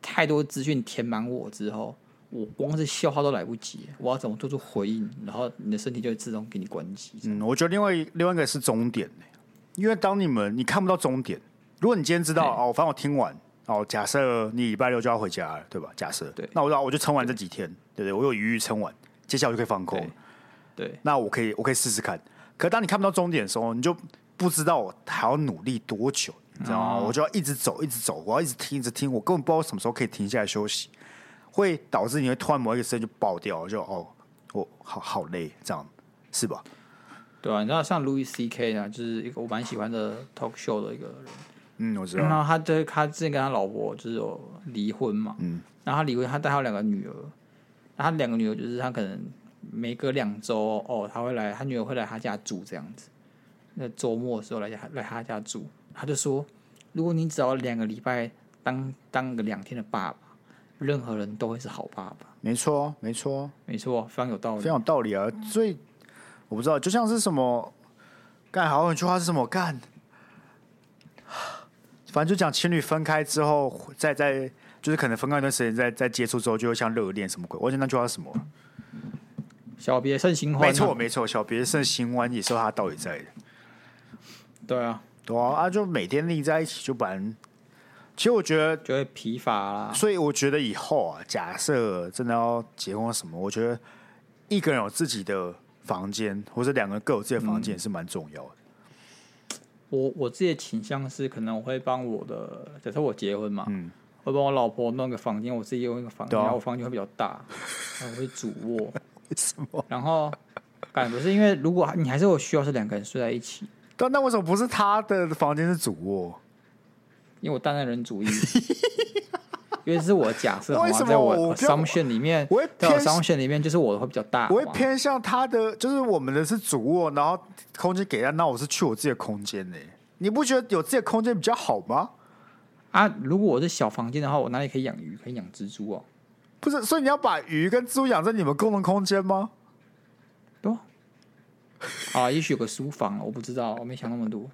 [SPEAKER 1] 太多资讯填满我之后，我光是消化都来不及，我要怎么做出回应？然后你的身体就会自动给你关机。
[SPEAKER 2] 嗯，我觉得另外一另外一个是终点、欸、因为当你们你看不到终点，如果你今天知道
[SPEAKER 1] 嘿
[SPEAKER 2] 哦，反正我听完哦，假设你礼拜六就要回家了，对吧？假设
[SPEAKER 1] 对
[SPEAKER 2] 那我说我就撑完这几天，对不对？我有余裕撑完，接下来我就可以放空
[SPEAKER 1] 对。对，
[SPEAKER 2] 那我可以我可以试试看。可当你看不到终点的时候，你就不知道我还要努力多久，你知道
[SPEAKER 1] 哦
[SPEAKER 2] 吗？我就要一直走，一直走，我要一直听，一直听，我根本不知道什么时候可以停下来休息，会导致你会突然某一个时间就爆掉，就哦，我好好累，这样是吧？
[SPEAKER 1] 对啊，你知道像 Louis C K 啊，就是一个我蛮喜欢的 talk show 的一个人。
[SPEAKER 2] 嗯，我知道。
[SPEAKER 1] 然后他对他之前跟他老婆就是有离婚嘛，嗯，然后他离婚，他带他有两个女儿，然后他两个女儿就是他可能每隔两周哦，他会来，他女儿会来他家住这样子，那周末的时候来家来他家住，他就说，如果你只要两个礼拜当当个两天的爸爸，任何人都会是好爸爸，
[SPEAKER 2] 没错，没错，
[SPEAKER 1] 没错，非常有道
[SPEAKER 2] 非
[SPEAKER 1] 理，
[SPEAKER 2] 常有道理啊。所以我不知道，就像是什么，干好有一句话是什么干，反正就讲情侣分开之后，再再就是可能分开一段时间，再再接触之后，就会像热恋什么鬼。我忘记那句话是什么了，
[SPEAKER 1] 小别胜新婚、啊
[SPEAKER 2] 没错，，没错，小别胜新欢也是有它道理在的。
[SPEAKER 1] 对啊，
[SPEAKER 2] 对啊，啊，就每天腻在一起，就把人。其实我觉得
[SPEAKER 1] 就会疲乏啦，
[SPEAKER 2] 所以我觉得以后啊，假设真的要结婚什么，我觉得一个人有自己的房间，或者两个人各有自己的房间也是蛮重要的。
[SPEAKER 1] 我我自己的倾向是，可能我会帮我的，假设我结婚嘛，
[SPEAKER 2] 嗯
[SPEAKER 1] 会帮我老婆弄个房间，我自己用一个房间，
[SPEAKER 2] 对啊
[SPEAKER 1] 然后我房间会比较大，然后我会主
[SPEAKER 2] <laughs>
[SPEAKER 1] 卧，
[SPEAKER 2] 为什么？
[SPEAKER 1] 然后感不是因为如果你还是有需要是两个人睡在一起，
[SPEAKER 2] 但那为什么不是他的房间是主卧？
[SPEAKER 1] 因为我大男人
[SPEAKER 2] <laughs>
[SPEAKER 1] 主义，因为这是我的假设，好
[SPEAKER 2] 为
[SPEAKER 1] 吗？
[SPEAKER 2] 什么
[SPEAKER 1] 在
[SPEAKER 2] 我
[SPEAKER 1] 我
[SPEAKER 2] 不要
[SPEAKER 1] assumption 里面，
[SPEAKER 2] 我会
[SPEAKER 1] 在我
[SPEAKER 2] 偏
[SPEAKER 1] assumption 里面就是我的会比较大，
[SPEAKER 2] 我会
[SPEAKER 1] 好吗
[SPEAKER 2] 偏向他的，就是我们的是主卧，然后空间给他，那我是去我自己的空间呢、你不觉得有自己的空间比较好吗？
[SPEAKER 1] 啊。如果我是小房间的话，我哪里可以养鱼，可以养蜘蛛哦？
[SPEAKER 2] 不是，所以你要把鱼跟蜘蛛养在你们共同空间吗？
[SPEAKER 1] 对
[SPEAKER 2] <laughs>
[SPEAKER 1] 啊，啊，也许有个书房，我不知道，我没想那么多。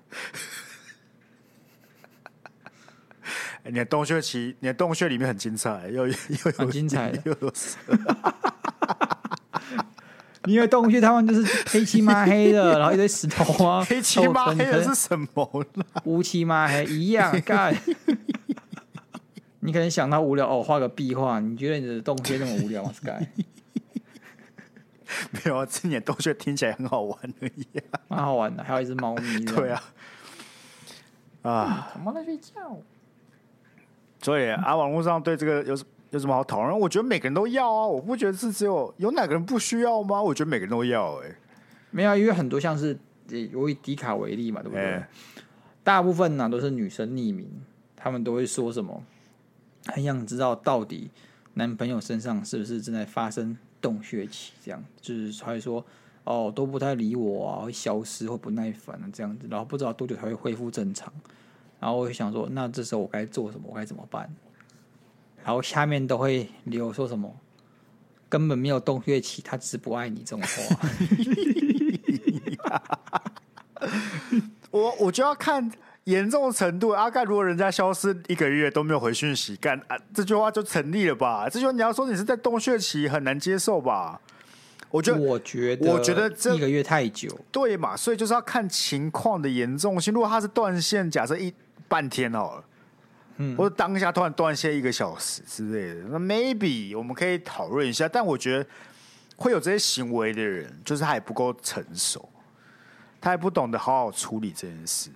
[SPEAKER 2] 欸你的洞穴其你的洞穴里面很精彩，又又又有
[SPEAKER 1] 蛮精彩 <laughs> 的
[SPEAKER 2] 又有
[SPEAKER 1] 因为洞穴他们就是黑漆麻黑
[SPEAKER 2] <laughs>
[SPEAKER 1] 的，然后一堆石头啊，
[SPEAKER 2] 黑漆麻黑的
[SPEAKER 1] 然后可能
[SPEAKER 2] 是什么呢？
[SPEAKER 1] 乌漆麻黑一
[SPEAKER 2] <laughs>
[SPEAKER 1] 样干。你可能想到无聊哦，画个壁画，你觉得你的洞穴那么无聊 <laughs> 吗？Sky，
[SPEAKER 2] 没有，啊，这年洞穴听起来很好玩而已、
[SPEAKER 1] 蛮好玩的，还有一只猫咪。
[SPEAKER 2] 对，啊，啊，
[SPEAKER 1] 怎么在睡觉？
[SPEAKER 2] 所以啊，网络上对这个有什有什么好讨论？我觉得每个人都要啊，我不觉得是只有有哪个人不需要吗？我觉得每个人都要、欸，
[SPEAKER 1] 没有啊，因为很多像是呃我以迪卡为例嘛，对不对？
[SPEAKER 2] 哎
[SPEAKER 1] 大部分呢、都是女生匿名，她们都会说什么，很想知道到底男朋友身上是不是正在发生洞穴期，这样就是她会说哦都不太理我啊，会消失会不耐烦啊这样子，然后不知道多久才会恢复正常，然后我就想说那这时候我该做什么，我该怎么办？然后下面都会留说什么根本没有洞穴期，他只是不爱你这种话。
[SPEAKER 2] 我我就要看严重程度。阿、啊、干，如果人家消失一个月都没有回讯息，干啊，这句话就成立了吧？这句话你要说你是在洞穴期，很难接受吧？我觉得
[SPEAKER 1] 我觉得，
[SPEAKER 2] 我觉得这
[SPEAKER 1] 一个月太久，
[SPEAKER 2] 对嘛，所以就是要看情况的严重性。如果他是断线，假设一半天好了，嗯，或者当下突然断线一个小时之类的，那 maybe 我们可以讨论一下。但我觉得会有这些行为的人，就是他也不够成熟，他也不懂得好好处理这件事。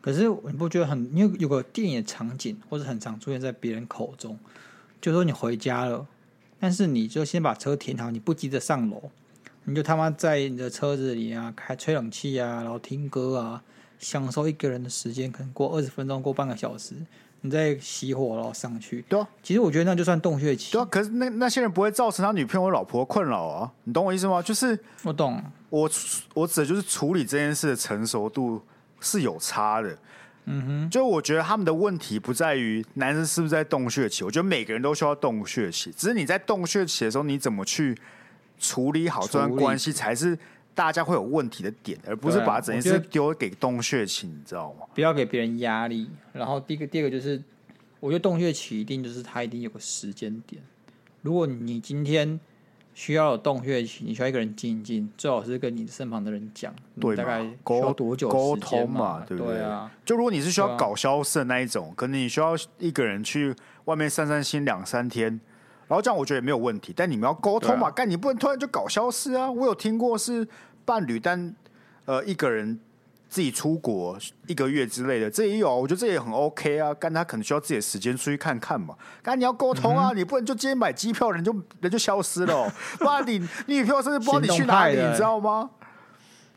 [SPEAKER 1] 可是你不觉得很？因为有个电影的场景，或者很常出现在别人口中，就说你回家了，但是你就先把车停好，你不急着上楼，你就他妈在你的车子里啊，开吹冷气啊，然后听歌啊，享受一个人的时间，可能过二十分钟，过半个小时，你再熄火然后上去。
[SPEAKER 2] 对啊，
[SPEAKER 1] 其实我觉得那就算洞穴期
[SPEAKER 2] 对，啊，可是那那些人不会造成他女朋友、老婆困扰啊，你懂我意思吗？就是
[SPEAKER 1] 我懂。
[SPEAKER 2] 我处我指的就是处理这件事的成熟度是有差的。嗯哼，就我觉得他们的问题不在于男生是不是在洞穴期，我觉得每个人都需要洞穴期，只是你在洞穴期的时候，你怎么去处理好这段
[SPEAKER 1] 啊处理
[SPEAKER 2] 关系，才是大家会有问题的点，而不是
[SPEAKER 1] 对啊
[SPEAKER 2] 把整件
[SPEAKER 1] 我觉
[SPEAKER 2] 事
[SPEAKER 1] 得
[SPEAKER 2] 丢给洞穴情，你知道吗？
[SPEAKER 1] 不要给别人压力。然后第一个，第二个就是，我觉得洞穴期一定就是它一定有个时间点。如果你今天需要有洞穴期，你需要一个人静一静，最好是跟你身旁的人讲，你
[SPEAKER 2] 对嘛
[SPEAKER 1] 大概需
[SPEAKER 2] 沟
[SPEAKER 1] 要多久
[SPEAKER 2] 沟
[SPEAKER 1] 时间
[SPEAKER 2] 通嘛对
[SPEAKER 1] 对
[SPEAKER 2] 不对
[SPEAKER 1] 啊，
[SPEAKER 2] 就如果你是需
[SPEAKER 1] 对
[SPEAKER 2] 要
[SPEAKER 1] 啊
[SPEAKER 2] 搞消失的那一种，可能你需要一个人去外面散散心两三天，然后这样我觉得也没有问题。但你们要沟通
[SPEAKER 1] 对
[SPEAKER 2] 嘛，
[SPEAKER 1] 啊
[SPEAKER 2] 干、你不能突然就搞消失啊！我有听过是伴侣，但呃一个人自己出国一个月之类的，这也有啊，我觉得这也很 OK 啊。干他可能需要自己的时间出去看看嘛。干你要沟通
[SPEAKER 1] 嗯
[SPEAKER 2] 啊，你不能就今天买机票人就人就消失
[SPEAKER 1] <laughs>
[SPEAKER 2] 了、哦，不然你你女朋友甚至不知道你去哪里，
[SPEAKER 1] 行动派的
[SPEAKER 2] 你知道吗？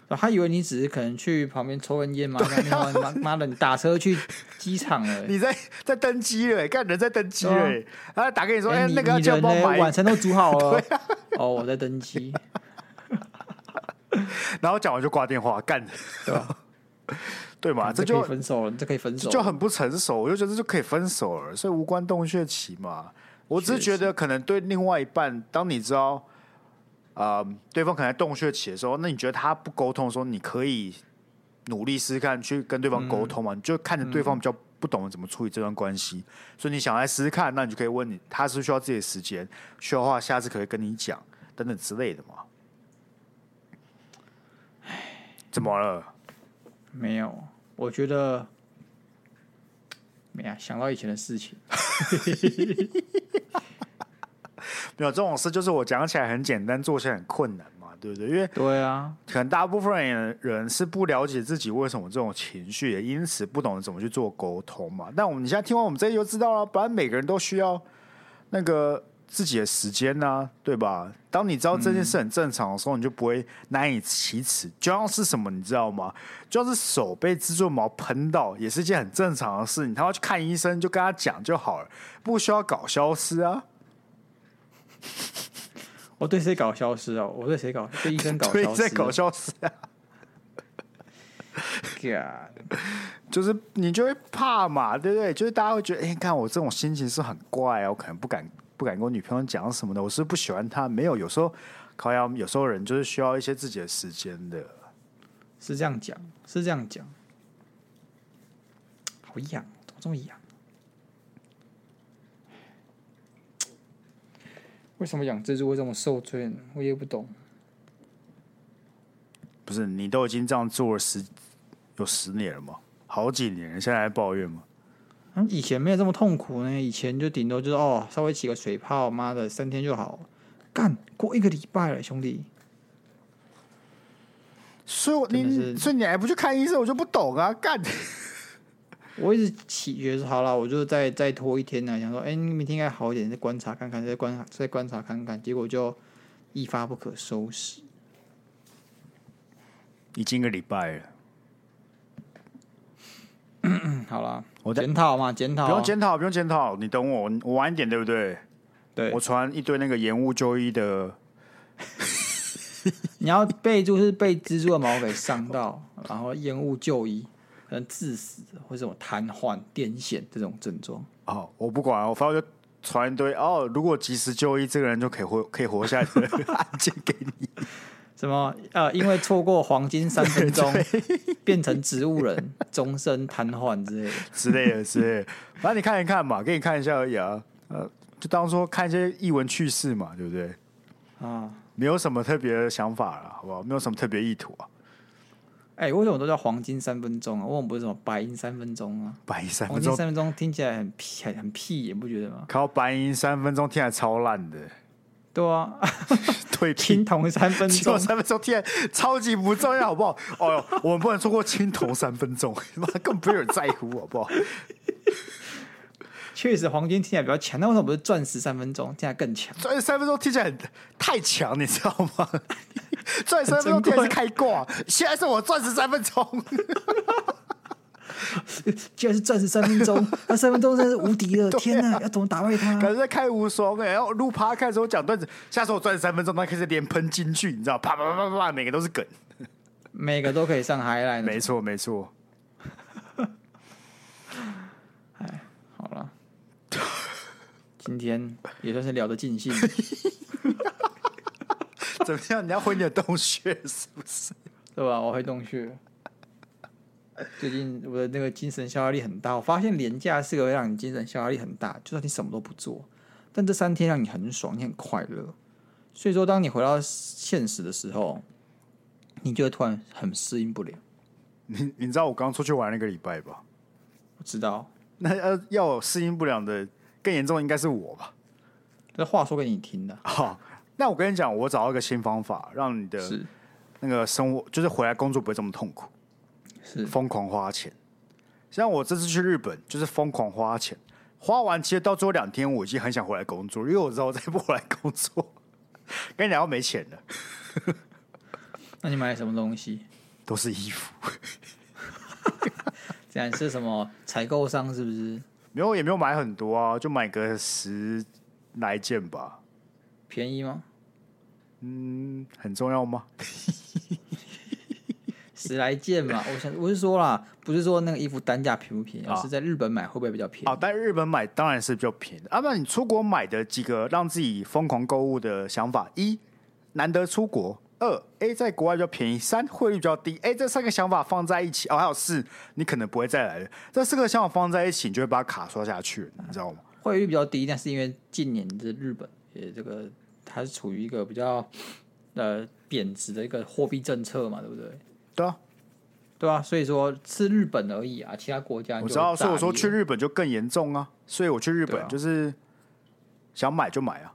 [SPEAKER 1] 然后他以为你只是可能去旁边抽根烟嘛，干妈妈妈的，你打车去机场了、
[SPEAKER 2] 啊 <laughs> 你在在登机了、欸，干人在登机了、欸，然后打给你说，哎、
[SPEAKER 1] 你
[SPEAKER 2] 那个要
[SPEAKER 1] 啊你
[SPEAKER 2] 叫
[SPEAKER 1] 人
[SPEAKER 2] 我帮啊
[SPEAKER 1] 呢
[SPEAKER 2] 我买一个
[SPEAKER 1] 晚餐都煮好
[SPEAKER 2] <laughs>
[SPEAKER 1] 了，哦，我在登机，
[SPEAKER 2] 啊然后讲完就挂电话，干，
[SPEAKER 1] 对啊吧？
[SPEAKER 2] <laughs> 对嘛？这
[SPEAKER 1] 这可以
[SPEAKER 2] 就
[SPEAKER 1] 分手了，这可以分手
[SPEAKER 2] 这
[SPEAKER 1] 了，
[SPEAKER 2] 就很不成熟，我就觉得这就可以分手了，所以无关洞穴期嘛。我只是觉得可能对另外一半，当你知道，呃，对方可能在洞穴期的时候，那你觉得他不沟通的时候，你可以努力试试看去跟对方沟通嘛，你就看着对方比较不懂得怎么处理这段关系，所以你想来试试看，那你就可以问你，他是不是需要自己的时间，需要的话下次可以跟你讲等等之类的嘛。怎么了？
[SPEAKER 1] 没有，我觉得没啊，想到以前的事情，
[SPEAKER 2] 没有这种事，就是我讲起来很简单，做起来很困难嘛，对不对？因为
[SPEAKER 1] 对啊，
[SPEAKER 2] 可能大部分人人是不了解自己为什么这种情绪，也因此不懂得怎么去做沟通嘛。但我们你现在听完我们这一集就知道了，本来每个人都需要那个自己的时间呐、对吧？当你知道这件
[SPEAKER 1] 嗯
[SPEAKER 2] 事很正常的时候，你就不会难以启齿。就像是什么，你知道吗？就像是手被蜘蛛毛喷到，也是一件很正常的事。你他要去看医生，就跟他讲就好了，不需要搞消失啊。
[SPEAKER 1] 我对谁搞消失哦？我对谁搞？对医生搞
[SPEAKER 2] 所以
[SPEAKER 1] 消失，
[SPEAKER 2] 在搞消失啊，
[SPEAKER 1] God
[SPEAKER 2] 就是你就会怕嘛，对不对？就是大家会觉得，哎、看我这种心情是很怪啊，我可能不敢不敢跟我女朋友讲什么的，我是不喜欢她。没有，有时候考呀，有时候人就是需要一些自己的时间的。
[SPEAKER 1] 是这样讲，是这样讲，好痒，哦怎么这么痒？为什么养蜘蛛会这么受罪呢？我也不懂。
[SPEAKER 2] 不是你都已经这样做了十有十年了吗？好几年了，现在还抱怨吗？
[SPEAKER 1] 嗯，以前没有这么痛苦呢，以前就顶多就是哦，稍微起个水泡，妈的，三天就好。干过一个礼拜了，兄弟，
[SPEAKER 2] 所以我
[SPEAKER 1] 真的
[SPEAKER 2] 你
[SPEAKER 1] 是
[SPEAKER 2] 所以你还不去看医生，我就不懂啊！干，
[SPEAKER 1] 我一直起觉得说好了，我就再再拖一天呢、想说，哎、明天应该好一点，再观察看看，再观察再观察看看，结果就一发不可收拾。
[SPEAKER 2] 已经一个礼拜了，
[SPEAKER 1] 嗯，好啦，
[SPEAKER 2] 我在
[SPEAKER 1] 检讨嘛，检讨，
[SPEAKER 2] 不用，检讨，不用检讨，你等我，我晚一点，对不对？
[SPEAKER 1] 对
[SPEAKER 2] 我，传一堆那个延误就医的
[SPEAKER 1] 你要备注是被蜘蛛的毛给伤到， <laughs> 然后延误就医，可能致死或什么瘫痪、癫痫这种症状。
[SPEAKER 2] 哦，我不管，我反正就传一堆哦。如果及时就医，这个人就可以活，可以活下来的案件给你。
[SPEAKER 1] 什么呃，因为错过黄金三分
[SPEAKER 2] <laughs>
[SPEAKER 1] 钟，变成植物人，终身瘫痪之类的。
[SPEAKER 2] 之类的之类的。反正你看一看嘛，给你看一下而已啊。呃，就当说看一些译文趣事嘛，对不对？
[SPEAKER 1] 啊，
[SPEAKER 2] 没有什么特别的想法了，好不好？没有什么特别意图啊。
[SPEAKER 1] 哎、为什么都叫黄金三分钟啊？为什么不是什么白银三分钟啊？
[SPEAKER 2] 白银三
[SPEAKER 1] 黄
[SPEAKER 2] 分
[SPEAKER 1] 金
[SPEAKER 2] 钟，
[SPEAKER 1] 三分钟听起来很屁，很很屁，也不觉得吗？
[SPEAKER 2] <laughs> 靠白银三分钟，听起来超烂的，
[SPEAKER 1] 对
[SPEAKER 2] <laughs>
[SPEAKER 1] 啊，
[SPEAKER 2] 退
[SPEAKER 1] 青
[SPEAKER 2] 拼。
[SPEAKER 1] 铜三分
[SPEAKER 2] 青铜
[SPEAKER 1] 钟，
[SPEAKER 2] 三分钟听起来超级不重要，好不好？哦哟，我们不能错过青铜三分钟， <laughs> 妈更不有人在乎，好不好？
[SPEAKER 1] 确实黄金听起来比较强，那为什么不是钻石三分钟听起来更
[SPEAKER 2] <laughs>
[SPEAKER 1] 强？
[SPEAKER 2] 钻石三分钟听起来很太强，你知道 <laughs> 吗？钻石三分钟听起来是开挂，现在是我钻石三分钟，
[SPEAKER 1] 居然是钻石三分
[SPEAKER 2] <laughs>
[SPEAKER 1] 钟，那三分钟真是无敌了！天
[SPEAKER 2] 啊
[SPEAKER 1] 哪、要怎么打败他？
[SPEAKER 2] 感觉在开无双哎、然后录趴开的时候讲段子，下次我钻石三分钟，他开始连喷金句，你知道，啪啪啪啪啪，每个都是梗。
[SPEAKER 1] 每个都可以上 highlight
[SPEAKER 2] <laughs> 没
[SPEAKER 1] 呢。
[SPEAKER 2] 错，没错。
[SPEAKER 1] 好了，今天也算是聊得尽兴。
[SPEAKER 2] 怎么样？你要回你的洞穴是不是？
[SPEAKER 1] 对吧？我会洞穴。最近我的那个精神消耗力很大，我发现廉价是个会让你精神消耗力很大，就算你什么都不做，但这三天让你很爽，你很快乐。所以说，当你回到现实的时候，你就会突然很适应不了。
[SPEAKER 2] 你你知道我刚出去玩那个礼拜 <laughs> 吧？
[SPEAKER 1] 我知道，
[SPEAKER 2] 那要要我适应不良的更严重，应该是我吧？
[SPEAKER 1] 这话说给你听的，
[SPEAKER 2] 好、那我跟你讲，我找到一个新方法，让你的
[SPEAKER 1] 是
[SPEAKER 2] 那个生活就是回来工作不会这么痛苦。
[SPEAKER 1] 是
[SPEAKER 2] 疯狂花钱。像我这次去日本，就是疯狂花钱，花完其实到最后两天，我已经很想回来工作，因为我知道我再不回来工作，跟你讲要没钱了，
[SPEAKER 1] 那你买了什么东西？
[SPEAKER 2] 都是衣服，
[SPEAKER 1] 这样是什么采购商？是不是
[SPEAKER 2] 没有也没有买很多啊，就买个十来件吧。
[SPEAKER 1] 便宜吗？
[SPEAKER 2] 嗯，很重要吗？
[SPEAKER 1] 十来件嘛。我想我是说啦，不是说那个衣服单价便不便宜，而
[SPEAKER 2] 啊
[SPEAKER 1] 是在日本买会不会比较便宜？
[SPEAKER 2] 啊，在日本买当然是比较便宜。啊，不然你出国买的几个让自己疯狂购物的想法：一，难得出国；二，A 在国外比较便宜；三，汇率比较低。哎，这三个想法放在一起，哦，还有四，你可能不会再来了。这四个想法放在一起，你就会把卡刷下去，你知道吗？
[SPEAKER 1] 汇率比较低，但是因为近年的日本也这个它是处于一个比较呃贬值的一个货币政策嘛，对不对？
[SPEAKER 2] 对啊，
[SPEAKER 1] 对啊，所以说是日本而已啊，其他国家你
[SPEAKER 2] 我
[SPEAKER 1] 就
[SPEAKER 2] 知道，
[SPEAKER 1] 炸
[SPEAKER 2] 所以我说
[SPEAKER 1] 裂
[SPEAKER 2] 去日本就更严重啊。所以我去日
[SPEAKER 1] 对
[SPEAKER 2] 本
[SPEAKER 1] 啊
[SPEAKER 2] 就是想买就买啊。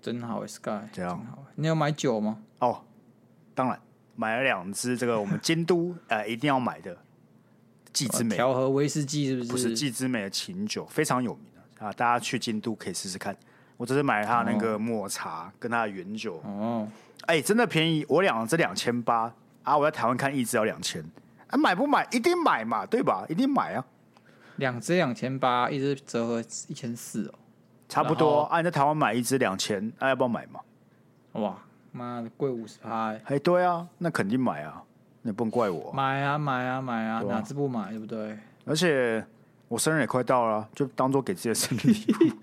[SPEAKER 1] 真好欸 Sky，
[SPEAKER 2] 怎样
[SPEAKER 1] 真好欸你有买酒吗？
[SPEAKER 2] 哦，当然买了两支这个我们京都 <laughs> 呃一定要买的季之美
[SPEAKER 1] 调和威士忌是不是？
[SPEAKER 2] 不是季之美的琴酒，非常有名的啊，大家去京都可以试试看。我这次买了它的那个抹茶跟它的原酒，
[SPEAKER 1] 哦，
[SPEAKER 2] 哎、真的便宜，我两只两千八啊，我在台湾看一支要两千，啊，买不买？一定买嘛，对吧？一定买啊，
[SPEAKER 1] 两支两千八，一支折合一千四哦。
[SPEAKER 2] 差不
[SPEAKER 1] 然
[SPEAKER 2] 多
[SPEAKER 1] 后
[SPEAKER 2] 啊。你在台湾买一支两千，啊，要不要买嘛？
[SPEAKER 1] 哦哇，妈的贵五十趴！欸
[SPEAKER 2] 哎、对啊，那肯定买啊，你不能怪我啊、
[SPEAKER 1] 买啊买啊买啊，
[SPEAKER 2] 对啊
[SPEAKER 1] 哪支不买对不对？
[SPEAKER 2] 而且我生日也快到了啊，就当做给自己的生日 <laughs> 礼物。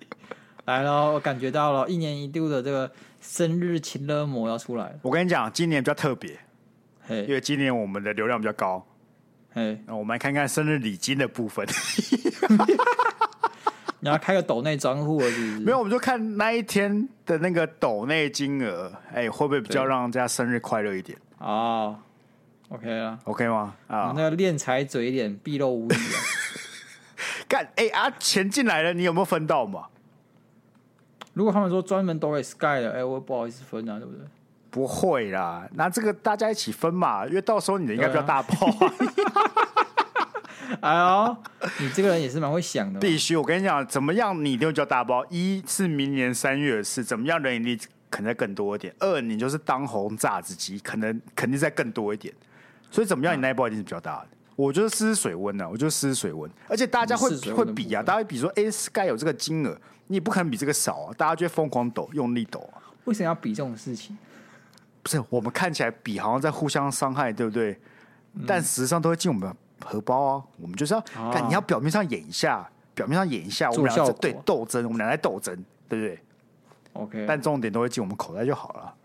[SPEAKER 1] 来喽，我感觉到了一年一度的这个生日情乐魔要出来了。
[SPEAKER 2] 我跟你讲，今年比较特别，因
[SPEAKER 1] 嘿，
[SPEAKER 2] 为今年我们的流量比较高。
[SPEAKER 1] 嘿，
[SPEAKER 2] 那我们来看看生日礼金的部分。
[SPEAKER 1] 你要开个抖内账户了是不是？
[SPEAKER 2] 没有，我们就看那一天的那个抖内金额，哎、会不会比较
[SPEAKER 1] 对
[SPEAKER 2] 让人家生日快乐一点
[SPEAKER 1] 哦 o k 了，
[SPEAKER 2] ？OK 吗？
[SPEAKER 1] 你
[SPEAKER 2] 啊，
[SPEAKER 1] 那个练财嘴脸毕露无遗啊！
[SPEAKER 2] 干哎、啊，钱进来了，你有没有分到嘛？
[SPEAKER 1] 如果他们说专门都给 Sky 的，哎、我不好意思分啊，对不对？
[SPEAKER 2] 不会啦，那这个大家一起分嘛，因为到时候你的应该比较大包、啊，
[SPEAKER 1] 哎呦，你这个人也是蛮会想的嘛。
[SPEAKER 2] 必须。我跟你讲，怎么样你一定会比较大包？一是明年三月的事，怎么样人引力可能再更多一点；二你就是当红炸子鸡，可能肯定再更多一点。所以怎么样，你那一包一定是比较大的。我就是试试水温呢、啊，我就试试水温，而且大家会
[SPEAKER 1] 你试水温
[SPEAKER 2] 会
[SPEAKER 1] 的
[SPEAKER 2] 比啊，
[SPEAKER 1] 部分
[SPEAKER 2] 大家会比说，哎、s k y 有这个金额，你不可能比这个少啊，大家就会疯狂抖，用力抖啊。
[SPEAKER 1] 为什么要比这种事情？
[SPEAKER 2] 不是，我们看起来比好像在互相伤害，对不对？但实际上都会进我们荷包啊。我们就是要，
[SPEAKER 1] 嗯啊
[SPEAKER 2] 看、你要表面上演一下，表面上演一下，我
[SPEAKER 1] 做
[SPEAKER 2] 们俩在
[SPEAKER 1] 效果
[SPEAKER 2] 对斗争，我们俩在斗争，对不对？
[SPEAKER 1] OK，
[SPEAKER 2] 但重点都会进我们口袋就好了。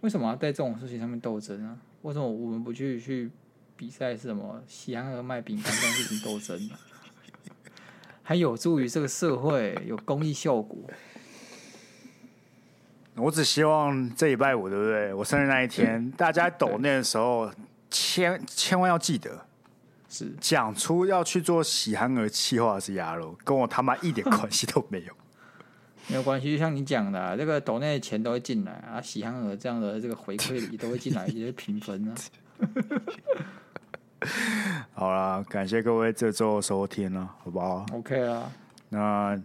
[SPEAKER 1] 为什么要在这种事情上面斗争呢？为什么我们不去去比赛什么喜憨儿卖饼干这种事情斗争呢？ <laughs> 还有助于这个社会有公益效果。
[SPEAKER 2] 我只希望这礼拜五，对不对？我生日那
[SPEAKER 1] <laughs>
[SPEAKER 2] 一天，大家抖那的时候，千千万要记得
[SPEAKER 1] 是
[SPEAKER 2] 讲出要去做喜憨儿气化是鸭肉，跟我他妈一点关系都没
[SPEAKER 1] <laughs>
[SPEAKER 2] 有。
[SPEAKER 1] 没有关系，就像你讲的、啊，这个抖内的钱都会进来啊，喜憨儿这样的这个回馈也都会进来，也会平分
[SPEAKER 2] <laughs>
[SPEAKER 1] 啊。
[SPEAKER 2] 好啦，感谢各位这周的收听了、好不好？
[SPEAKER 1] OK 啊，
[SPEAKER 2] 那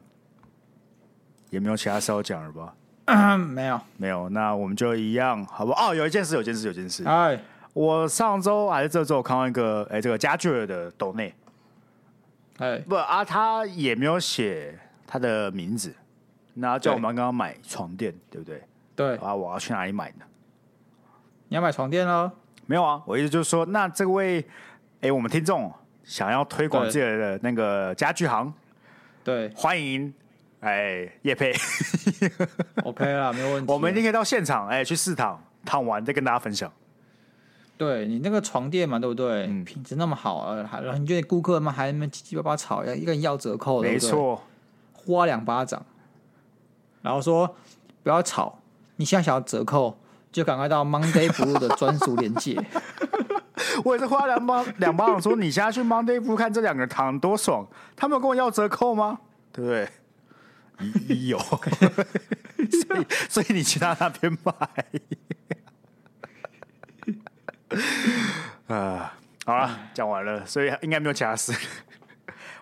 [SPEAKER 2] 也没有其他事要讲了吧？
[SPEAKER 1] 嗯没有，
[SPEAKER 2] 没有，那我们就一样，好不好？哦，有一件事，有一件事，有一件事。
[SPEAKER 1] 哎，
[SPEAKER 2] 我上周还是这周我看到一个，哎、这个家具的抖内，
[SPEAKER 1] 哎，
[SPEAKER 2] 不啊，他也没有写他的名字，那叫我们刚刚买床垫，对不对？
[SPEAKER 1] 对，
[SPEAKER 2] 啊，我要去哪里买呢？
[SPEAKER 1] 你要买床垫喽，
[SPEAKER 2] 没有啊，我意思就是说，那这位，哎、我们听众想要推广
[SPEAKER 1] 对
[SPEAKER 2] 自己的那个家具行，
[SPEAKER 1] 对，
[SPEAKER 2] 欢迎，哎、叶佩，
[SPEAKER 1] OK
[SPEAKER 2] <laughs>
[SPEAKER 1] 啦，没问题。
[SPEAKER 2] 我们一定可以到现场，哎、去试躺，躺完再跟大家分享。
[SPEAKER 1] 对你那个床垫嘛，对不对？
[SPEAKER 2] 嗯
[SPEAKER 1] 品质那么好，呃，还然后你觉得顾客们还那么叽叽巴巴吵，要一个人要折扣，对
[SPEAKER 2] 没
[SPEAKER 1] 不对，
[SPEAKER 2] 错，
[SPEAKER 1] 呼他两巴掌，然后说不要吵，你现在想要折扣，就赶快到 Monday Blue 的专属链接。
[SPEAKER 2] <laughs> 我也是花两 <laughs> 巴两巴掌说，你现在去 Monday Blue 看这两个人躺多爽，他们有跟我要折扣吗？对不对？咦 <laughs> 有， <laughs> 所以所以你去他那边买。 <laughs> 啊，好了，讲完了，所以应该没有其他事。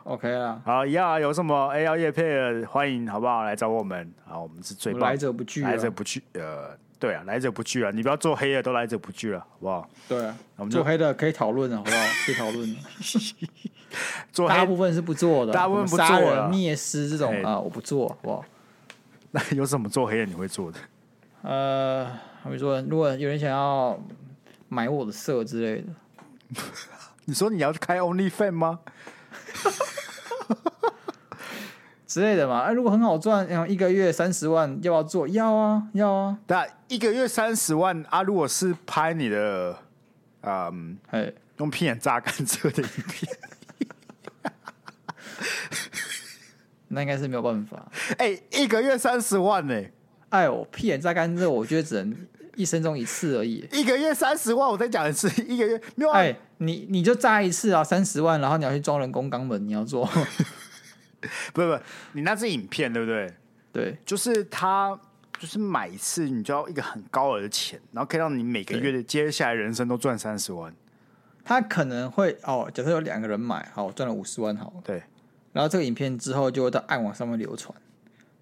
[SPEAKER 1] OK 啦，
[SPEAKER 2] 好，一样啊，有什么哎要叶配的，欢迎好不好来找我们？好，我们是最
[SPEAKER 1] 我
[SPEAKER 2] 棒，
[SPEAKER 1] 来者不拒啊
[SPEAKER 2] 来，者不拒。呃，对啊，来者不拒啊，你不要做黑的都来者不拒了，好不好？
[SPEAKER 1] 对啊
[SPEAKER 2] 我，们就
[SPEAKER 1] 做黑的可以讨论，好不好？可以讨论。
[SPEAKER 2] 做
[SPEAKER 1] 大
[SPEAKER 2] 黑
[SPEAKER 1] 部分是不做的，
[SPEAKER 2] 大部分不做哎
[SPEAKER 1] 什么杀
[SPEAKER 2] 了
[SPEAKER 1] 人、灭尸这种
[SPEAKER 2] 嘿
[SPEAKER 1] 啊，我不做，好不好？
[SPEAKER 2] <laughs> 那有什么做黑的你会做的？
[SPEAKER 1] 呃，他们说，如果有人想要买我的色之类的，
[SPEAKER 2] 你说你要去开 Only Fan 吗？
[SPEAKER 1] 之类的嘛。啊，如果很好赚，然后一个月三十万，要不要做？要啊，要啊。
[SPEAKER 2] 那一个月三十万啊，如果是拍你的，嗯，
[SPEAKER 1] 哎，
[SPEAKER 2] 用屁眼榨甘蔗的影片，
[SPEAKER 1] 那应该是没有办法。
[SPEAKER 2] 哎、一个月三十万呢、
[SPEAKER 1] 哎呦，屁眼榨甘蔗，我觉得只能一生中一次而已。
[SPEAKER 2] 一个月三十万，我再讲一次，一个月没有、啊，
[SPEAKER 1] 哎，你你就榨一次啊，三十万，然后你要去装人工肛门，你要做， <laughs>
[SPEAKER 2] 不不，你那是影片对不对？
[SPEAKER 1] 对
[SPEAKER 2] 就是他就是买一次，你就要一个很高额的钱，然后可以让你每个月的接下来人生都赚三十万，
[SPEAKER 1] 他可能会哦，假设有两个人买，好，我赚了五十万好了，
[SPEAKER 2] 对，
[SPEAKER 1] 然后这个影片之后就会到暗网上面流传，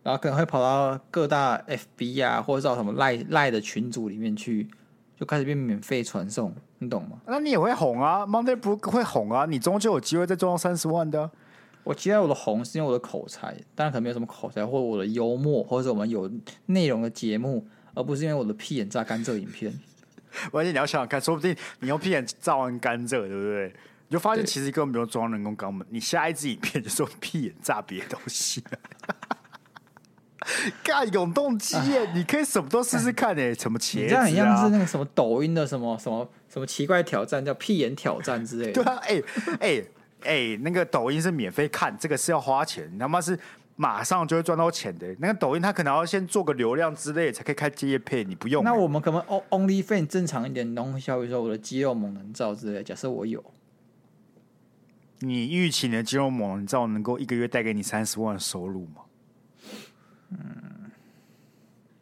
[SPEAKER 1] 然后可能会跑到各大 FB 啊，或者到什么赖赖的群组里面去，就开始变免费传送，你懂吗？
[SPEAKER 2] 那你也会红啊，Monday b l u e 会红啊，你终究有机会再赚到三十万的啊、
[SPEAKER 1] 我期待我的红是因为我的口才，当然可能没有什么口才，或者我的幽默，或者是我们有内容的节目，而不是因为我的屁眼榨干这影片。
[SPEAKER 2] 而且你要想想看，说不定你用屁眼照完甘蔗，对不对？你就发现
[SPEAKER 1] 对
[SPEAKER 2] 其实根本不用装人工肛门，你下一支影片就是用屁眼炸别的东西。 <laughs> 干永动机耶，你可以什么都试试看诶，什么 <laughs> 茄
[SPEAKER 1] 你
[SPEAKER 2] 子
[SPEAKER 1] 这样
[SPEAKER 2] 啊，
[SPEAKER 1] 很像是那个什么抖音的什么什么什么奇怪挑战，叫屁眼挑战之类
[SPEAKER 2] 对
[SPEAKER 1] 的。
[SPEAKER 2] 啊，哎哎哎，那个抖音是免费看，这个是要花钱，你他妈是马上就会赚到钱的。那个抖音它可能要先做个流量之类才可以开接业配，你不用欸。
[SPEAKER 1] 那我们可不可以 o- only fan 正常一点，然后比如说我的肌肉猛男照之类的，假设我有，
[SPEAKER 2] 你预期你的肌肉猛你知道能够一个月带给你三十万的收入吗？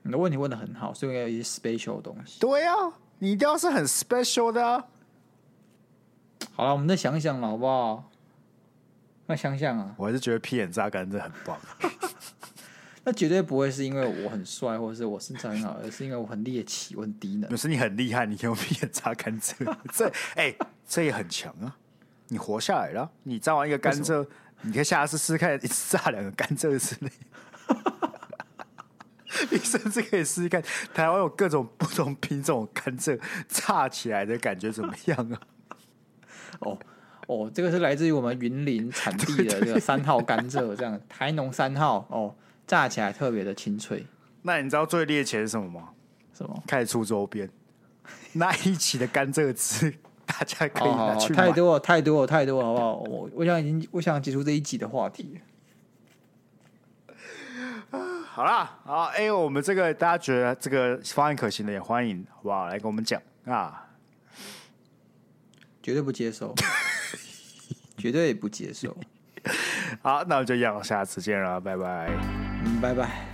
[SPEAKER 1] 你的问题问的很好，所以我要有一些 special 的东西。
[SPEAKER 2] 对啊，你一定要是很 special 的啊。
[SPEAKER 1] 好了，我们再想想了，好不好？那想想啊，
[SPEAKER 2] 我还是觉得屁眼榨干真的很棒。
[SPEAKER 1] 那绝对不会是因为我很帅，或者是我身材很好，而是因为我很猎奇，我很低能
[SPEAKER 2] 表。示你很厉害，你用屁眼榨甘蔗，这哎、这也很强啊！你活下来了，啊你榨完一个甘蔗，你可以下次试试看，一次榨两个甘蔗之类。 <laughs> 你甚至可以试试看，台湾有各种不同品种甘蔗榨起来的感觉怎么样啊？
[SPEAKER 1] 哦哦，这个是来自于我们云林产地
[SPEAKER 2] <laughs>
[SPEAKER 1] 的这个三号甘蔗，这样台农三号哦，榨起来特别的清脆。
[SPEAKER 2] 那你知道最猎奇的是什么吗？
[SPEAKER 1] 什么？
[SPEAKER 2] 开始出周边，那一起的甘蔗汁，大家可以
[SPEAKER 1] 哦好好
[SPEAKER 2] 拿
[SPEAKER 1] 好，
[SPEAKER 2] 去买。
[SPEAKER 1] 太多了，太多了，太多了，好不好？我我想已经我想结束这一集的话题了。
[SPEAKER 2] 好啦，好，哎、我们这个大家觉得这个方案可行的，也欢迎，好不好？来跟我们讲啊，
[SPEAKER 1] 绝对不接受， <laughs> 绝对不接受。
[SPEAKER 2] 好，那我们就一样，下次见了，拜拜。
[SPEAKER 1] 嗯，拜拜。